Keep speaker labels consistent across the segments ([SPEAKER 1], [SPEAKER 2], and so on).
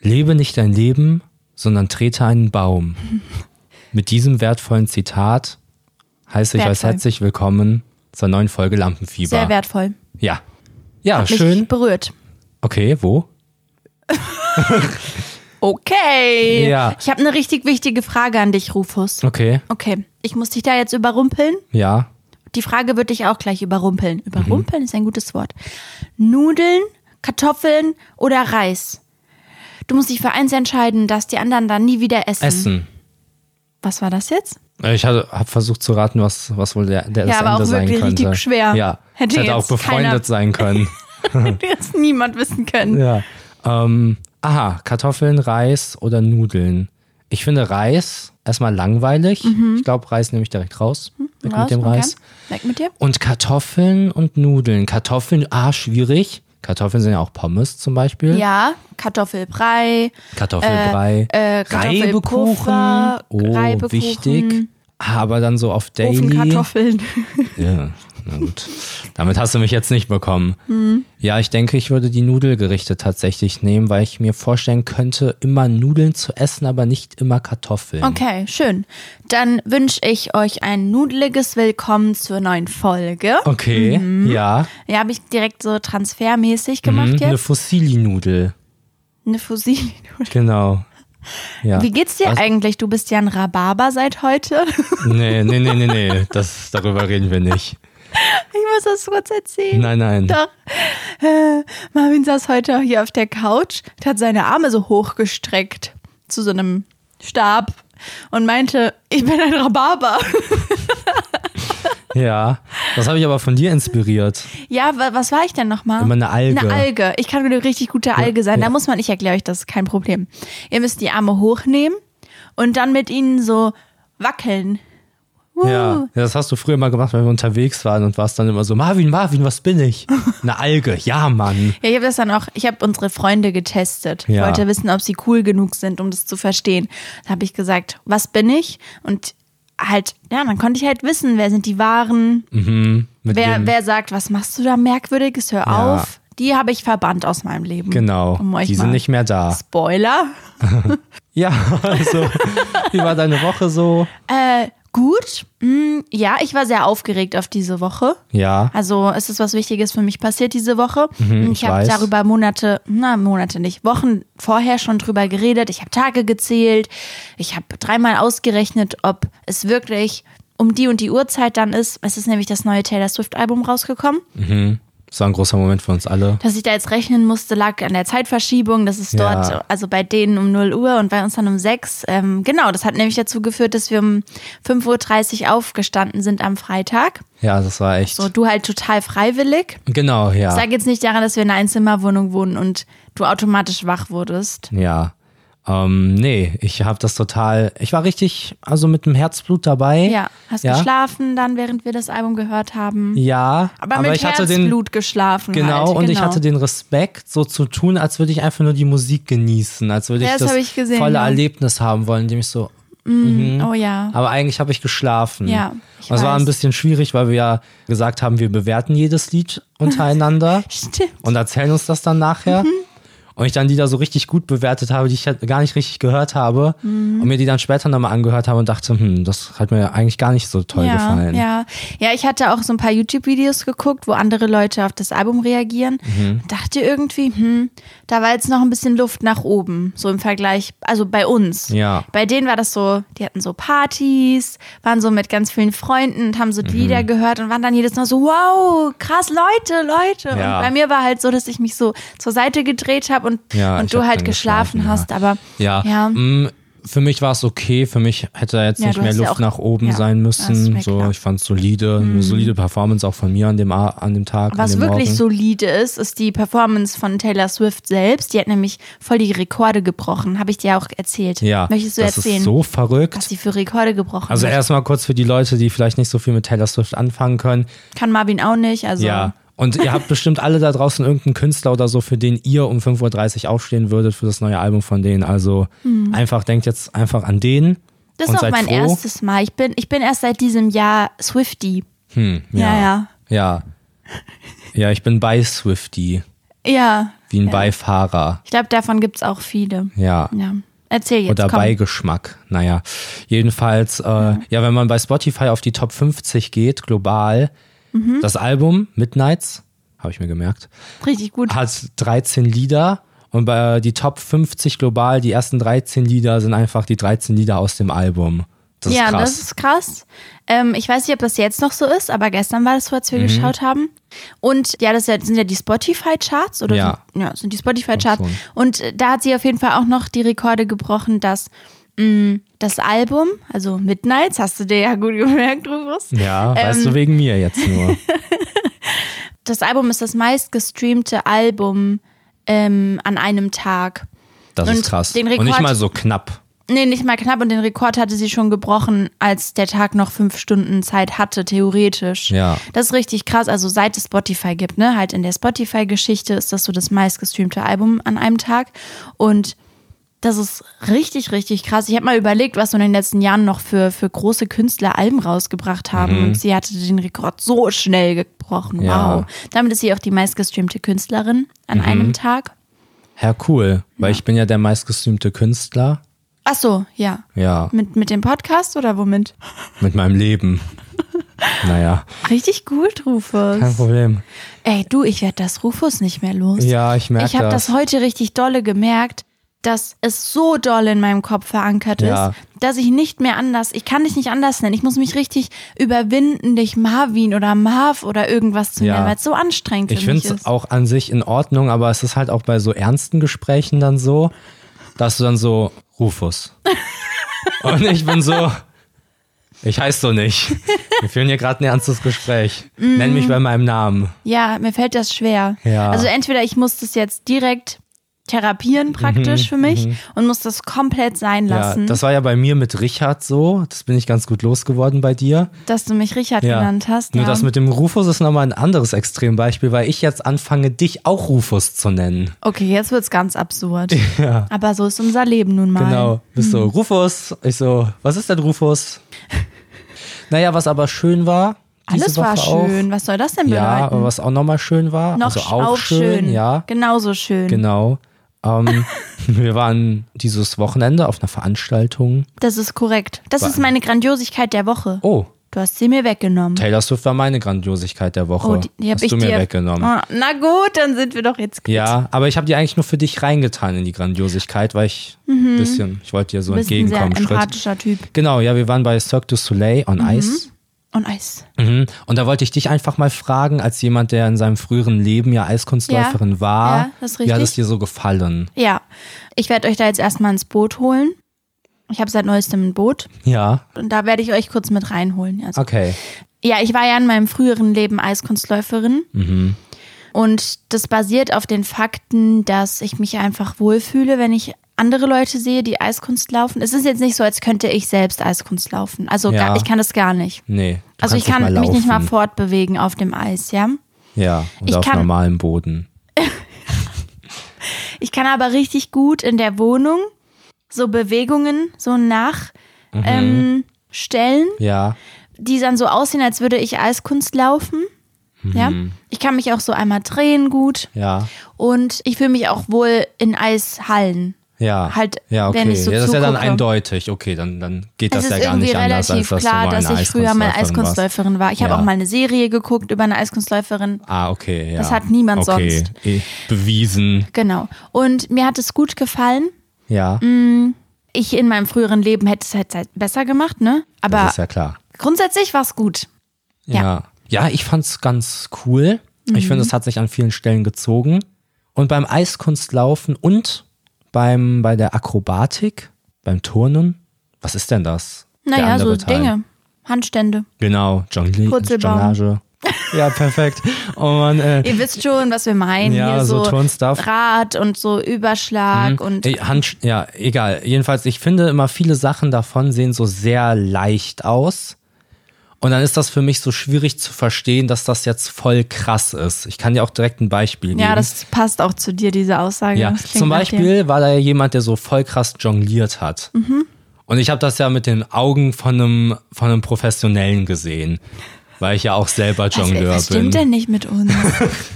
[SPEAKER 1] Lebe nicht dein Leben, sondern trete einen Baum. Mit diesem wertvollen Zitat heiße ich euch
[SPEAKER 2] Wertvoll.
[SPEAKER 1] herzlich willkommen zur neuen Folge Lampenfieber.
[SPEAKER 2] Sehr wertvoll.
[SPEAKER 1] Ja. Ja,
[SPEAKER 2] Hat
[SPEAKER 1] schön.
[SPEAKER 2] Mich berührt.
[SPEAKER 1] Okay, wo?
[SPEAKER 2] Okay.
[SPEAKER 1] Ja.
[SPEAKER 2] Ich habe eine richtig wichtige Frage an dich, Rufus.
[SPEAKER 1] Okay.
[SPEAKER 2] Okay, ich muss dich da jetzt überrumpeln.
[SPEAKER 1] Ja.
[SPEAKER 2] Die Frage wird dich auch gleich überrumpeln.
[SPEAKER 1] Mhm.
[SPEAKER 2] Überrumpeln ist ein gutes Wort. Nudeln, Kartoffeln oder Reis? Du musst dich für eins entscheiden, dass die anderen dann nie wieder essen.
[SPEAKER 1] Essen.
[SPEAKER 2] Was war das jetzt?
[SPEAKER 1] Äh, Ich habe versucht zu raten, was, was wohl der, der
[SPEAKER 2] Mhm. Ja,
[SPEAKER 1] das
[SPEAKER 2] aber
[SPEAKER 1] Ende
[SPEAKER 2] auch
[SPEAKER 1] sein
[SPEAKER 2] wirklich
[SPEAKER 1] könnte.
[SPEAKER 2] richtig schwer.
[SPEAKER 1] Ja.
[SPEAKER 2] Hätte
[SPEAKER 1] ich hätte auch
[SPEAKER 2] jetzt
[SPEAKER 1] befreundet
[SPEAKER 2] keiner-
[SPEAKER 1] sein können.
[SPEAKER 2] Hätte jetzt niemand wissen können.
[SPEAKER 1] Ja. Ähm, aha, Kartoffeln, Reis oder Nudeln. Ich finde Reis erstmal langweilig. Ich glaube, Reis nehme ich direkt raus. Weg
[SPEAKER 2] Mhm. Raus,
[SPEAKER 1] mit dem
[SPEAKER 2] okay.
[SPEAKER 1] Reis.
[SPEAKER 2] Weg mit dir.
[SPEAKER 1] Und Kartoffeln und Nudeln. Kartoffeln, ah, schwierig. Kartoffeln sind ja auch Pommes zum Beispiel.
[SPEAKER 2] Ja, Kartoffelbrei,
[SPEAKER 1] Kartoffelbrei.
[SPEAKER 2] äh, äh,
[SPEAKER 1] Reibekuchen.
[SPEAKER 2] Kartoffelpuffer,
[SPEAKER 1] Oh,
[SPEAKER 2] Reibekuchen.
[SPEAKER 1] wichtig. Aber dann so auf Daily.
[SPEAKER 2] Ofenkartoffeln.
[SPEAKER 1] Ja, na gut. Damit hast du mich jetzt nicht bekommen.
[SPEAKER 2] Hm.
[SPEAKER 1] Ja, ich denke, ich würde die Nudelgerichte tatsächlich nehmen, weil ich mir vorstellen könnte, immer Nudeln zu essen, aber nicht immer Kartoffeln.
[SPEAKER 2] Okay, schön. Dann wünsche ich euch ein nudeliges Willkommen zur neuen Folge.
[SPEAKER 1] Okay,
[SPEAKER 2] Mhm.
[SPEAKER 1] ja.
[SPEAKER 2] Ja, habe ich direkt so transfermäßig gemacht
[SPEAKER 1] Mhm, eine
[SPEAKER 2] jetzt.
[SPEAKER 1] Fossili-Nudel.
[SPEAKER 2] Eine Fusilli.
[SPEAKER 1] Genau. Ja. Also
[SPEAKER 2] Wie geht's dir
[SPEAKER 1] Was-
[SPEAKER 2] eigentlich? Du bist ja ein Rhabarber seit heute. Ich
[SPEAKER 1] Nee, nee, nee, nee, nee. Das, darüber reden wir nicht.
[SPEAKER 2] muss das kurz erzählen.
[SPEAKER 1] Nein, nein.
[SPEAKER 2] Doch. Äh, Marvin saß heute hier auf der Couch und hat seine Arme so hochgestreckt zu so einem Stab und meinte, ich bin ein Rhabarber.
[SPEAKER 1] Ja. Das habe ich aber von dir inspiriert.
[SPEAKER 2] Ja, wa- was war ich denn nochmal?
[SPEAKER 1] Immer eine Alge.
[SPEAKER 2] Eine Alge. Ich kann eine richtig gute Alge sein. Da muss man, ich erkläre euch das, kein Problem. Ihr müsst die Arme hochnehmen und dann mit ihnen so wackeln. Wuhu.
[SPEAKER 1] Ja, das hast du früher mal gemacht, wenn wir unterwegs waren und warst dann immer so, Marvin, Marvin, was bin ich? Eine Alge, ja, Mann.
[SPEAKER 2] Ja, ich habe das dann auch, ich habe unsere Freunde getestet. Ich
[SPEAKER 1] Ja.
[SPEAKER 2] wollte wissen, ob sie cool genug sind, um das zu verstehen. Da habe ich gesagt, was bin ich? Und halt, ja, dann konnte ich halt wissen, wer sind die Wahren,
[SPEAKER 1] Mhm, Mit
[SPEAKER 2] wer,
[SPEAKER 1] wem-
[SPEAKER 2] wer sagt, was machst du da Merkwürdiges, hör
[SPEAKER 1] Ja.
[SPEAKER 2] auf. Die habe ich verbannt aus meinem Leben.
[SPEAKER 1] Genau,
[SPEAKER 2] Um euch
[SPEAKER 1] die sind
[SPEAKER 2] mal-
[SPEAKER 1] nicht mehr da.
[SPEAKER 2] Spoiler.
[SPEAKER 1] Ja, also, wie war deine Woche so?
[SPEAKER 2] Äh, gut. Hm, ja, ich war sehr aufgeregt auf diese Woche.
[SPEAKER 1] Ja, Mhm,
[SPEAKER 2] Also es ist was Wichtiges für mich passiert diese Woche. Und ich
[SPEAKER 1] ich
[SPEAKER 2] habe
[SPEAKER 1] weiß.
[SPEAKER 2] darüber Monate, na Monate nicht, Wochen vorher schon drüber geredet. Ich habe Tage gezählt. Ich habe dreimal ausgerechnet, ob es wirklich um die und die Uhrzeit dann ist. Es ist nämlich das neue Taylor Swift Album rausgekommen.
[SPEAKER 1] das war ein großer Moment für uns alle.
[SPEAKER 2] Dass ich da jetzt rechnen musste, lag an der Zeitverschiebung. Das ist
[SPEAKER 1] Ja.
[SPEAKER 2] dort, also bei denen um 0 Uhr und bei uns dann um 6. Ähm, genau, das hat nämlich dazu geführt, dass wir um 5.30 Uhr aufgestanden sind am Freitag.
[SPEAKER 1] Ja, das war echt.
[SPEAKER 2] So, du halt total freiwillig.
[SPEAKER 1] Genau, ja.
[SPEAKER 2] Da geht's nicht daran, dass wir in einer Einzimmerwohnung wohnen und du automatisch wach wurdest.
[SPEAKER 1] Ja. Ähm, nee, ich habe das total. Ich war richtig, also mit dem Herzblut dabei.
[SPEAKER 2] Ja, hast
[SPEAKER 1] ja.
[SPEAKER 2] geschlafen dann, während wir das Album gehört haben.
[SPEAKER 1] Ja,
[SPEAKER 2] aber mit
[SPEAKER 1] ich hatte den
[SPEAKER 2] Herzblut geschlafen.
[SPEAKER 1] Genau,
[SPEAKER 2] halt.
[SPEAKER 1] und ich hatte den Respekt, so zu tun, als würde ich einfach nur die Musik genießen, als würde
[SPEAKER 2] Ja,
[SPEAKER 1] ich
[SPEAKER 2] das
[SPEAKER 1] das
[SPEAKER 2] habe ich gesehen,
[SPEAKER 1] volle
[SPEAKER 2] ja.
[SPEAKER 1] Erlebnis haben wollen, indem ich so,
[SPEAKER 2] Oh ja.
[SPEAKER 1] aber eigentlich habe ich geschlafen.
[SPEAKER 2] Ja, ich
[SPEAKER 1] Und Das war
[SPEAKER 2] weiß.
[SPEAKER 1] ein bisschen schwierig, weil wir ja gesagt haben, wir bewerten jedes Lied untereinander
[SPEAKER 2] Stimmt.
[SPEAKER 1] und erzählen uns das dann
[SPEAKER 2] Mhm.
[SPEAKER 1] nachher. Und ich dann Lieder so richtig gut bewertet habe, die ich halt gar nicht richtig gehört habe
[SPEAKER 2] Mhm.
[SPEAKER 1] und mir die dann später nochmal angehört habe und dachte, hm, das hat mir eigentlich gar nicht so toll
[SPEAKER 2] ja,
[SPEAKER 1] gefallen.
[SPEAKER 2] Ja. ja, ich hatte auch so ein paar YouTube-Videos geguckt, wo andere Leute auf das Album reagieren.
[SPEAKER 1] Mhm.
[SPEAKER 2] Und dachte irgendwie, hm, da war jetzt noch ein bisschen Luft nach oben, so im Vergleich, also bei uns.
[SPEAKER 1] Ja.
[SPEAKER 2] Bei denen war das so, die hatten so Partys, waren so mit ganz vielen Freunden und haben so die
[SPEAKER 1] Mhm.
[SPEAKER 2] Lieder gehört und waren dann jedes Mal so, wow, krass, Leute, Leute.
[SPEAKER 1] Ja.
[SPEAKER 2] Und bei mir war halt so, dass ich mich so zur Seite gedreht habe und,
[SPEAKER 1] Ja, ich
[SPEAKER 2] und du
[SPEAKER 1] hab
[SPEAKER 2] halt
[SPEAKER 1] dann
[SPEAKER 2] geschlafen,
[SPEAKER 1] geschlafen, ja.
[SPEAKER 2] hast. Aber
[SPEAKER 1] Ja.
[SPEAKER 2] Ja.
[SPEAKER 1] mm, Für mich war es okay. Für mich hätte da jetzt
[SPEAKER 2] Ja,
[SPEAKER 1] nicht
[SPEAKER 2] du
[SPEAKER 1] mehr
[SPEAKER 2] hast ja
[SPEAKER 1] Luft
[SPEAKER 2] auch-
[SPEAKER 1] nach oben
[SPEAKER 2] ja,
[SPEAKER 1] sein
[SPEAKER 2] das ist
[SPEAKER 1] müssen.
[SPEAKER 2] mir
[SPEAKER 1] So,
[SPEAKER 2] klar. Mhm.
[SPEAKER 1] ich fand es solide, eine solide Performance auch von mir an dem, A- an dem Tag. an
[SPEAKER 2] Was
[SPEAKER 1] dem
[SPEAKER 2] wirklich
[SPEAKER 1] Morgen.
[SPEAKER 2] solide ist, ist die Performance von Taylor Swift selbst. Die hat nämlich voll die Rekorde gebrochen, habe ich dir auch erzählt.
[SPEAKER 1] Ja,
[SPEAKER 2] Möchtest du
[SPEAKER 1] das
[SPEAKER 2] erzählen,
[SPEAKER 1] ist so verrückt.
[SPEAKER 2] was sie für Rekorde gebrochen
[SPEAKER 1] Also
[SPEAKER 2] hat?
[SPEAKER 1] erstmal kurz für die Leute, die vielleicht nicht so viel mit Taylor Swift anfangen können.
[SPEAKER 2] Kann Marvin auch nicht. Also
[SPEAKER 1] Ja. Und ihr habt bestimmt alle da draußen irgendeinen Künstler oder so, für den ihr um 5.30 Uhr aufstehen würdet für das neue Album von denen. Also einfach denkt jetzt einfach an den.
[SPEAKER 2] Mhm. das
[SPEAKER 1] und
[SPEAKER 2] ist auch
[SPEAKER 1] seid
[SPEAKER 2] mein
[SPEAKER 1] froh.
[SPEAKER 2] erstes Mal. Ich bin, ich bin erst seit diesem Jahr Swifty.
[SPEAKER 1] Hm,
[SPEAKER 2] Ja, ja.
[SPEAKER 1] Ja. Ja, ich bin bei Swifty.
[SPEAKER 2] Ja,
[SPEAKER 1] Wie ein Beifahrer.
[SPEAKER 2] ich glaube, davon gibt es auch viele.
[SPEAKER 1] Ja.
[SPEAKER 2] Ja. Erzähl jetzt.
[SPEAKER 1] Oder
[SPEAKER 2] komm.
[SPEAKER 1] Beigeschmack. Naja, jedenfalls, äh, ja. wenn man bei Spotify auf die Top 50 geht, global,
[SPEAKER 2] Mhm.
[SPEAKER 1] das Album Midnights, habe ich mir gemerkt,
[SPEAKER 2] Richtig gut.
[SPEAKER 1] hat 13 Lieder und bei die Top 50 global, die ersten 13 Lieder sind einfach die 13 Lieder aus dem Album. Das
[SPEAKER 2] ja,
[SPEAKER 1] ist krass.
[SPEAKER 2] das ist krass. Ähm, ich weiß nicht, ob das jetzt noch so ist, aber gestern war das so, als
[SPEAKER 1] Mhm.
[SPEAKER 2] wir geschaut haben. Und ja, das sind ja die Spotify-Charts, oder?
[SPEAKER 1] Ja.
[SPEAKER 2] Sind, ja, sind die Spotify-Charts.
[SPEAKER 1] schon.
[SPEAKER 2] Und äh, da hat sie auf jeden Fall auch noch die Rekorde gebrochen, dass mh, das Album, also Midnights, hast du dir ja gut gemerkt, Rufus.
[SPEAKER 1] ja,
[SPEAKER 2] ähm,
[SPEAKER 1] weißt du, wegen mir jetzt nur.
[SPEAKER 2] Das Album ist das meistgestreamte Album ähm, an einem Tag.
[SPEAKER 1] Das
[SPEAKER 2] Und
[SPEAKER 1] ist krass.
[SPEAKER 2] den
[SPEAKER 1] und nicht
[SPEAKER 2] Rekord-
[SPEAKER 1] mal so knapp.
[SPEAKER 2] Nee, nicht mal knapp. Und den Rekord hatte sie schon gebrochen, als der Tag noch fünf Stunden Zeit hatte, theoretisch.
[SPEAKER 1] Ja.
[SPEAKER 2] Das ist richtig krass. Also seit es Spotify gibt, ne? Halt in der Spotify-Geschichte ist das so das meistgestreamte Album an einem Tag. Und das ist richtig, richtig krass. Ich habe mal überlegt, was so in den letzten Jahren noch für, für große Künstler Alben rausgebracht haben. Und sie hatte den Rekord so schnell gebrochen.
[SPEAKER 1] Mhm. Ja. Mhm.
[SPEAKER 2] Wow. Damit ist sie auch die meistgestreamte Künstlerin an einem Tag.
[SPEAKER 1] Ja, cool, weil ich bin ja der meistgestreamte Künstler.
[SPEAKER 2] Ach so, ja.
[SPEAKER 1] Ja,
[SPEAKER 2] Mit, mit dem Podcast oder womit?
[SPEAKER 1] mit meinem Leben. Naja,
[SPEAKER 2] Richtig gut,
[SPEAKER 1] kein
[SPEAKER 2] Rufus.
[SPEAKER 1] Problem.
[SPEAKER 2] Ey, du, ich werde das Rufus nicht mehr los.
[SPEAKER 1] Ja, ich merke
[SPEAKER 2] ich habe das heute richtig dolle gemerkt, dass es so doll in meinem Kopf verankert
[SPEAKER 1] Ja.
[SPEAKER 2] ist, dass ich nicht mehr anders, ich kann dich nicht anders nennen. Ich muss mich richtig überwinden, dich Marvin oder Marv oder irgendwas zu
[SPEAKER 1] Ja.
[SPEAKER 2] nennen, weil es so anstrengend für
[SPEAKER 1] Ich
[SPEAKER 2] mich
[SPEAKER 1] finde
[SPEAKER 2] ist.
[SPEAKER 1] es auch an sich in Ordnung, aber es ist halt auch bei so ernsten Gesprächen dann so, dass du dann so, Rufus. Und ich bin so, ich heiße so nicht. Wir führen hier gerade ein ernstes Gespräch. Nenn
[SPEAKER 2] Mm.
[SPEAKER 1] mich bei meinem Namen.
[SPEAKER 2] ja, mir fällt das schwer.
[SPEAKER 1] Ja.
[SPEAKER 2] Also entweder ich muss das jetzt direkt therapieren praktisch für mich und muss das komplett sein
[SPEAKER 1] Mhm, Ja,
[SPEAKER 2] lassen,
[SPEAKER 1] das war ja bei mir mit Richard so. Das bin ich ganz gut losgeworden bei dir.
[SPEAKER 2] dass du mich Richard
[SPEAKER 1] Ja.
[SPEAKER 2] genannt hast.
[SPEAKER 1] Nur
[SPEAKER 2] ja.
[SPEAKER 1] das mit dem Rufus ist nochmal ein anderes Extrembeispiel, weil ich jetzt anfange, dich auch Rufus zu nennen.
[SPEAKER 2] Okay, jetzt wird's ganz absurd. Aber so ist unser Leben nun mal.
[SPEAKER 1] Genau. Bist so, Rufus. Ich so, was ist denn Rufus? naja, was aber schön war. diese
[SPEAKER 2] Alles war
[SPEAKER 1] Woche auch,
[SPEAKER 2] schön. Was soll das denn
[SPEAKER 1] Ja,
[SPEAKER 2] bedeuten?
[SPEAKER 1] aber was auch nochmal schön war.
[SPEAKER 2] Noch
[SPEAKER 1] also auch, schön. Ja,
[SPEAKER 2] Genauso schön.
[SPEAKER 1] genau. Ähm, wir waren dieses Wochenende auf einer Veranstaltung.
[SPEAKER 2] Das ist korrekt. Das ist meine Grandiosigkeit der Woche.
[SPEAKER 1] Oh,
[SPEAKER 2] Du hast sie mir weggenommen.
[SPEAKER 1] Taylor Swift war meine Grandiosigkeit der Woche.
[SPEAKER 2] Oh, die, die hab
[SPEAKER 1] Hast
[SPEAKER 2] ich
[SPEAKER 1] du mir
[SPEAKER 2] dir
[SPEAKER 1] weggenommen.
[SPEAKER 2] Oh, na gut, dann sind wir doch jetzt gut.
[SPEAKER 1] Ja, aber ich habe die eigentlich nur für dich reingetan in die Grandiosigkeit, weil ich ein bisschen, ich wollte dir so
[SPEAKER 2] Mhm. Du bist ein sehr Mhm.
[SPEAKER 1] entgegenkommen. Schritt.
[SPEAKER 2] empathischer Typ.
[SPEAKER 1] Genau, ja, wir waren bei Cirque du Soleil on Ice.
[SPEAKER 2] Und Eis.
[SPEAKER 1] Mhm. Und da wollte ich dich einfach mal fragen, als jemand, der in seinem früheren Leben ja Eiskunstläuferin
[SPEAKER 2] Ja,
[SPEAKER 1] war,
[SPEAKER 2] ja, das ist
[SPEAKER 1] wie hat
[SPEAKER 2] richtig.
[SPEAKER 1] es dir so gefallen?
[SPEAKER 2] Ja. Ich werde euch da jetzt erstmal ins Boot holen. Ich habe seit neuestem ein Boot.
[SPEAKER 1] Ja,
[SPEAKER 2] Und da werde ich euch kurz mit reinholen. Also
[SPEAKER 1] okay.
[SPEAKER 2] Ja, ich war ja in meinem früheren Leben Eiskunstläuferin.
[SPEAKER 1] Mhm.
[SPEAKER 2] Und das basiert auf den Fakten, dass ich mich einfach wohlfühle, wenn ich andere Leute sehe, die Eiskunst laufen. Es ist jetzt nicht so, als könnte ich selbst Eiskunst laufen. Also
[SPEAKER 1] Ja.
[SPEAKER 2] gar, ich kann das gar nicht.
[SPEAKER 1] Nee. Du
[SPEAKER 2] Also ich
[SPEAKER 1] kannst
[SPEAKER 2] kann
[SPEAKER 1] nicht mal
[SPEAKER 2] mich nicht mal
[SPEAKER 1] laufen.
[SPEAKER 2] fortbewegen auf dem Eis, ja.
[SPEAKER 1] Ja, und
[SPEAKER 2] Ich
[SPEAKER 1] auf
[SPEAKER 2] kann-
[SPEAKER 1] normalem Boden.
[SPEAKER 2] Ich kann aber richtig gut in der Wohnung so Bewegungen so
[SPEAKER 1] Mhm.
[SPEAKER 2] nachstellen, ähm, stellen,
[SPEAKER 1] Ja,
[SPEAKER 2] die dann so aussehen, als würde ich Eiskunst laufen. Ja.
[SPEAKER 1] Mhm.
[SPEAKER 2] Ich kann mich auch so einmal drehen gut.
[SPEAKER 1] ja,
[SPEAKER 2] Und ich fühle mich auch wohl in Eishallen.
[SPEAKER 1] ja.
[SPEAKER 2] Halt,
[SPEAKER 1] ja, okay.
[SPEAKER 2] wenn ich so
[SPEAKER 1] ja, das ist ja dann
[SPEAKER 2] zugucke.
[SPEAKER 1] eindeutig. Okay, dann, dann geht
[SPEAKER 2] Es
[SPEAKER 1] das ja
[SPEAKER 2] ist
[SPEAKER 1] gar
[SPEAKER 2] irgendwie
[SPEAKER 1] nicht anders, als
[SPEAKER 2] relativ
[SPEAKER 1] dass
[SPEAKER 2] klar,
[SPEAKER 1] du mal
[SPEAKER 2] dass
[SPEAKER 1] eine
[SPEAKER 2] ich früher mal
[SPEAKER 1] Eiskunstläuferin warst.
[SPEAKER 2] Eiskunstläuferin war. Ich habe
[SPEAKER 1] Ja.
[SPEAKER 2] auch mal eine Serie geguckt über eine Eiskunstläuferin.
[SPEAKER 1] Ah, okay, ja.
[SPEAKER 2] Das hat niemand
[SPEAKER 1] okay.
[SPEAKER 2] sonst.
[SPEAKER 1] eh, Bewiesen.
[SPEAKER 2] Genau. Und mir hat es gut gefallen.
[SPEAKER 1] Ja,
[SPEAKER 2] Mhm. Ich in meinem früheren Leben hätte es halt besser gemacht, ne?
[SPEAKER 1] das
[SPEAKER 2] Aber
[SPEAKER 1] ist ja klar.
[SPEAKER 2] grundsätzlich war es gut. Ja. Mhm.
[SPEAKER 1] Ja, ja ich fand's ganz cool. Ich finde, es hat sich an vielen Stellen gezogen. Und beim Eiskunstlaufen und beim, bei der Akrobatik, beim Turnen, was ist denn das? Der
[SPEAKER 2] Naja,
[SPEAKER 1] andere
[SPEAKER 2] so
[SPEAKER 1] Teil.
[SPEAKER 2] Dinge. Handstände.
[SPEAKER 1] Genau, Jongli
[SPEAKER 2] Purzelbaum.
[SPEAKER 1] Jonglage. Ja, perfekt. Oh Mann, äh,
[SPEAKER 2] Ihr wisst schon, was wir meinen.
[SPEAKER 1] Ja,
[SPEAKER 2] Hier
[SPEAKER 1] so
[SPEAKER 2] so
[SPEAKER 1] Turnstuff.
[SPEAKER 2] Rad und so Überschlag und
[SPEAKER 1] hm. Ey, Hand, ja, egal. Jedenfalls, ich finde immer viele Sachen davon sehen so sehr leicht aus. Und dann ist das für mich so schwierig zu verstehen, dass das jetzt voll krass ist. Ich kann dir auch direkt ein Beispiel geben.
[SPEAKER 2] ja, das passt auch zu dir, diese Aussage.
[SPEAKER 1] mhm. Ja,
[SPEAKER 2] Das klingt
[SPEAKER 1] zum
[SPEAKER 2] nach dir.
[SPEAKER 1] Beispiel war da ja jemand, der so voll krass jongliert hat.
[SPEAKER 2] Mhm.
[SPEAKER 1] Und ich habe das ja mit den Augen von einem, von einem Professionellen gesehen. weil ich ja auch selber Jongleur
[SPEAKER 2] was, was
[SPEAKER 1] bin.
[SPEAKER 2] stimmt denn nicht mit uns?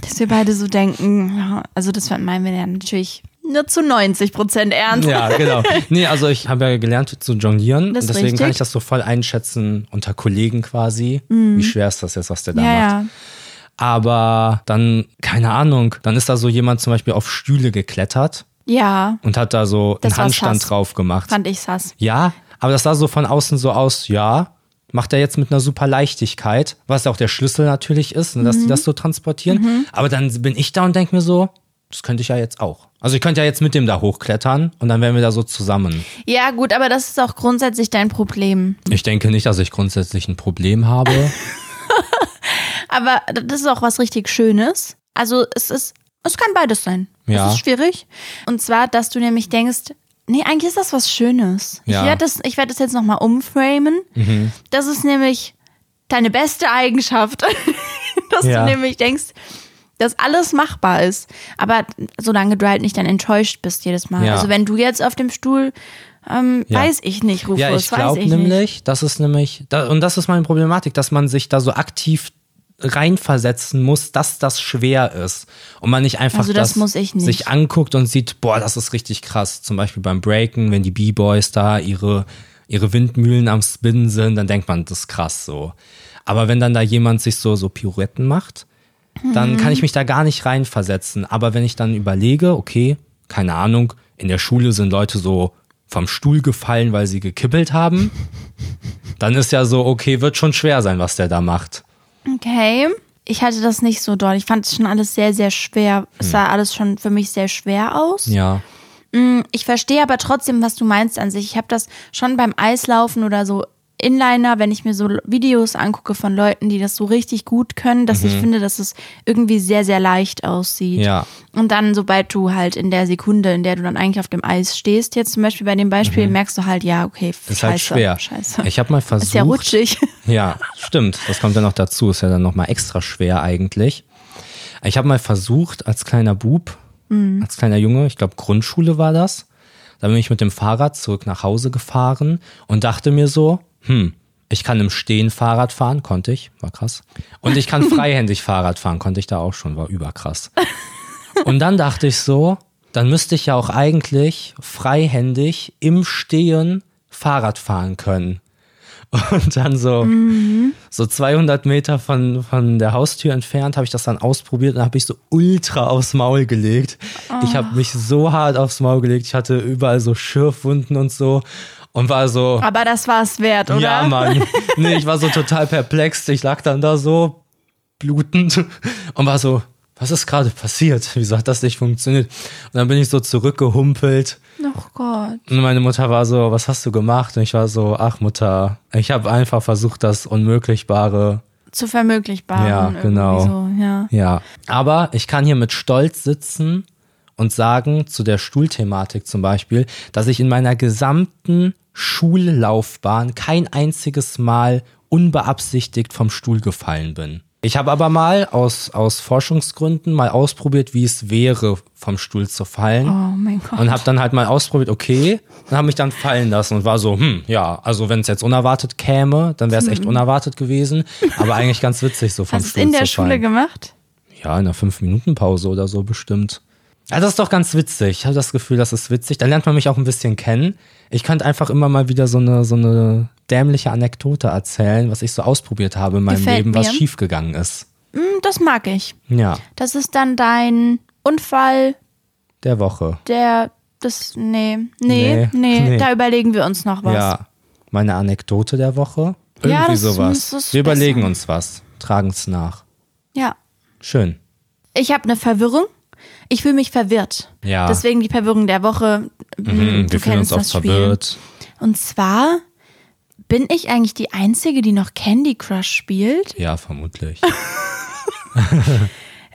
[SPEAKER 2] dass wir beide so denken. Ja, Also das meinen wir ja natürlich nur zu 90 Prozent ernst.
[SPEAKER 1] Ja, genau. Nee, also ich habe ja gelernt zu jonglieren.
[SPEAKER 2] Das
[SPEAKER 1] und
[SPEAKER 2] ist
[SPEAKER 1] deswegen kann
[SPEAKER 2] richtig.
[SPEAKER 1] ich das so voll einschätzen unter Kollegen quasi. Wie schwer ist das jetzt, was der da
[SPEAKER 2] Mhm. Ja,
[SPEAKER 1] macht?
[SPEAKER 2] ja.
[SPEAKER 1] Aber dann, keine Ahnung, dann ist da so jemand zum Beispiel auf Stühle geklettert
[SPEAKER 2] Ja,
[SPEAKER 1] und hat da so
[SPEAKER 2] Das
[SPEAKER 1] einen
[SPEAKER 2] war
[SPEAKER 1] Handstand
[SPEAKER 2] Sass.
[SPEAKER 1] drauf gemacht.
[SPEAKER 2] fand ich sass.
[SPEAKER 1] Ja, aber das sah so von außen so aus, ja, macht er jetzt mit einer super Leichtigkeit, was auch der Schlüssel natürlich ist, ne, dass
[SPEAKER 2] Mhm.
[SPEAKER 1] die das so transportieren. Aber dann bin ich da und denke mir so, das könnte ich ja jetzt auch. Also ich könnte ja jetzt mit dem da hochklettern und dann wären wir da so zusammen.
[SPEAKER 2] Ja, gut, aber das ist auch grundsätzlich dein Problem.
[SPEAKER 1] Ich denke nicht, dass ich grundsätzlich ein Problem habe.
[SPEAKER 2] Aber das ist auch was richtig Schönes. Also es ist, es kann beides sein.
[SPEAKER 1] Ja.
[SPEAKER 2] Es ist schwierig. Und zwar, dass du nämlich denkst, nee, eigentlich ist das was Schönes.
[SPEAKER 1] Ja. Mhm.
[SPEAKER 2] Ich werde das, ich werd das jetzt nochmal umframen. Das ist nämlich deine beste Eigenschaft, dass
[SPEAKER 1] Ja.
[SPEAKER 2] du nämlich denkst, dass alles machbar ist. Aber solange du halt nicht dann enttäuscht bist jedes Mal.
[SPEAKER 1] Ja.
[SPEAKER 2] Also wenn du jetzt auf dem Stuhl, ähm,
[SPEAKER 1] Ja.
[SPEAKER 2] weiß ich nicht, Rufus,
[SPEAKER 1] ja, ich
[SPEAKER 2] weiß
[SPEAKER 1] glaube
[SPEAKER 2] ich nicht.
[SPEAKER 1] nämlich, das ist nämlich, da, und das ist meine Problematik, dass man sich da so aktiv reinversetzen muss, dass das schwer ist. Und man nicht einfach
[SPEAKER 2] Also das muss ich nicht.
[SPEAKER 1] sich anguckt und sieht, boah, das ist richtig krass. Zum Beispiel beim Breaken, wenn die B-Boys da ihre, ihre Windmühlen am Spinnen sind, dann denkt man, das ist krass so. Aber wenn dann da jemand sich so, so Pirouetten macht, dann kann
[SPEAKER 2] Mhm.
[SPEAKER 1] ich mich da gar nicht reinversetzen. Aber wenn ich dann überlege, okay, keine Ahnung, in der Schule sind Leute so vom Stuhl gefallen, weil sie gekippelt haben, dann ist ja so, okay, wird schon schwer sein, was der da macht.
[SPEAKER 2] Okay. Ich hatte das nicht so doll. Ich fand es schon alles sehr, sehr schwer. Es sah alles schon für mich sehr schwer aus.
[SPEAKER 1] Hm. Ja.
[SPEAKER 2] Ich verstehe aber trotzdem, was du meinst an sich. Ich habe das schon beim Eislaufen oder so Inliner, wenn ich mir so Videos angucke von Leuten, die das so richtig gut können, dass ich finde, dass es irgendwie sehr, sehr leicht aussieht.
[SPEAKER 1] Mhm. Ja.
[SPEAKER 2] Und dann, sobald du halt in der Sekunde, in der du dann eigentlich auf dem Eis stehst, jetzt zum Beispiel bei dem Beispiel, merkst du halt, ja, okay,
[SPEAKER 1] Mhm. Ist
[SPEAKER 2] scheiße,
[SPEAKER 1] halt schwer.
[SPEAKER 2] scheiße.
[SPEAKER 1] Ich habe mal versucht.
[SPEAKER 2] ist ja rutschig.
[SPEAKER 1] Ja, stimmt. Das kommt ja noch dazu. Ist ja dann nochmal extra schwer eigentlich. Ich habe mal versucht, als kleiner Bub, als kleiner Junge, ich glaube Grundschule war das, da bin ich mit dem Fahrrad zurück nach Hause gefahren und dachte mir so, hm, ich kann im Stehen Fahrrad fahren, konnte ich, war krass. Und ich kann freihändig Fahrrad fahren, konnte ich da auch schon, war überkrass. Und dann dachte ich so, dann müsste ich ja auch eigentlich freihändig im Stehen Fahrrad fahren können. Und dann so, so 200 Meter von, von der Haustür entfernt habe ich das dann ausprobiert und habe ich so ultra aufs Maul gelegt. Ich habe mich so hart aufs Maul gelegt. Ich hatte überall so Schürfwunden und so und war so,
[SPEAKER 2] Aber das war es wert, oder?
[SPEAKER 1] ja, Mann. Nee, ich war so total perplex. Ich lag dann da so blutend und war so, was ist gerade passiert? Wieso hat das nicht funktioniert? Und dann bin ich so zurückgehumpelt
[SPEAKER 2] Oh Gott.
[SPEAKER 1] und meine Mutter war so, was hast du gemacht? Und ich war so, ach Mutter, ich habe einfach versucht, das Unmöglichbare.
[SPEAKER 2] zu vermöglichbaren.
[SPEAKER 1] Ja,
[SPEAKER 2] irgendwie
[SPEAKER 1] genau.
[SPEAKER 2] So, ja.
[SPEAKER 1] Ja. Aber ich kann hier mit Stolz sitzen und sagen, zu der Stuhlthematik zum Beispiel, dass ich in meiner gesamten Schullaufbahn kein einziges Mal unbeabsichtigt vom Stuhl gefallen bin. Ich habe aber mal aus, aus Forschungsgründen mal ausprobiert, wie es wäre, vom Stuhl zu fallen.
[SPEAKER 2] Oh mein Gott.
[SPEAKER 1] Und habe dann halt mal ausprobiert, okay, dann habe mich dann fallen lassen und war so, hm, ja, also wenn es jetzt unerwartet käme, dann wäre es echt unerwartet gewesen, aber eigentlich ganz witzig so vom
[SPEAKER 2] Hast du es
[SPEAKER 1] Stuhl
[SPEAKER 2] Mhm. in der
[SPEAKER 1] zu
[SPEAKER 2] Schule
[SPEAKER 1] fallen.
[SPEAKER 2] gemacht?
[SPEAKER 1] ja, in einer 5 Minuten Pause oder so bestimmt. Also das ist doch ganz witzig. Ich habe das Gefühl, das ist witzig. Dann lernt man mich auch ein bisschen kennen. Ich könnte einfach immer mal wieder so eine so eine dämliche Anekdote erzählen, was ich so ausprobiert habe in meinem
[SPEAKER 2] Gefällt
[SPEAKER 1] Leben, was
[SPEAKER 2] mir.
[SPEAKER 1] schiefgegangen ist.
[SPEAKER 2] Hm, Das mag ich.
[SPEAKER 1] Ja,
[SPEAKER 2] Das ist dann dein Unfall,
[SPEAKER 1] der Woche.
[SPEAKER 2] der das nee,
[SPEAKER 1] Nee,
[SPEAKER 2] nee, nee,
[SPEAKER 1] nee.
[SPEAKER 2] da überlegen wir uns noch was.
[SPEAKER 1] Ja, meine Anekdote der Woche. Irgendwie
[SPEAKER 2] Ja, das
[SPEAKER 1] sowas.
[SPEAKER 2] ist- das ist
[SPEAKER 1] Wir überlegen
[SPEAKER 2] besser.
[SPEAKER 1] uns was, tragen es nach.
[SPEAKER 2] Ja.
[SPEAKER 1] Schön.
[SPEAKER 2] Ich habe eine Verwirrung. Ich fühle mich verwirrt.
[SPEAKER 1] Ja. Mhm,
[SPEAKER 2] Deswegen die Verwirrung der Woche. Hm,
[SPEAKER 1] wir
[SPEAKER 2] du
[SPEAKER 1] fühlen uns
[SPEAKER 2] kennst
[SPEAKER 1] oft
[SPEAKER 2] das Spiel.
[SPEAKER 1] verwirrt.
[SPEAKER 2] Und zwar bin ich eigentlich die einzige, die noch Candy Crush spielt?
[SPEAKER 1] Ja, vermutlich.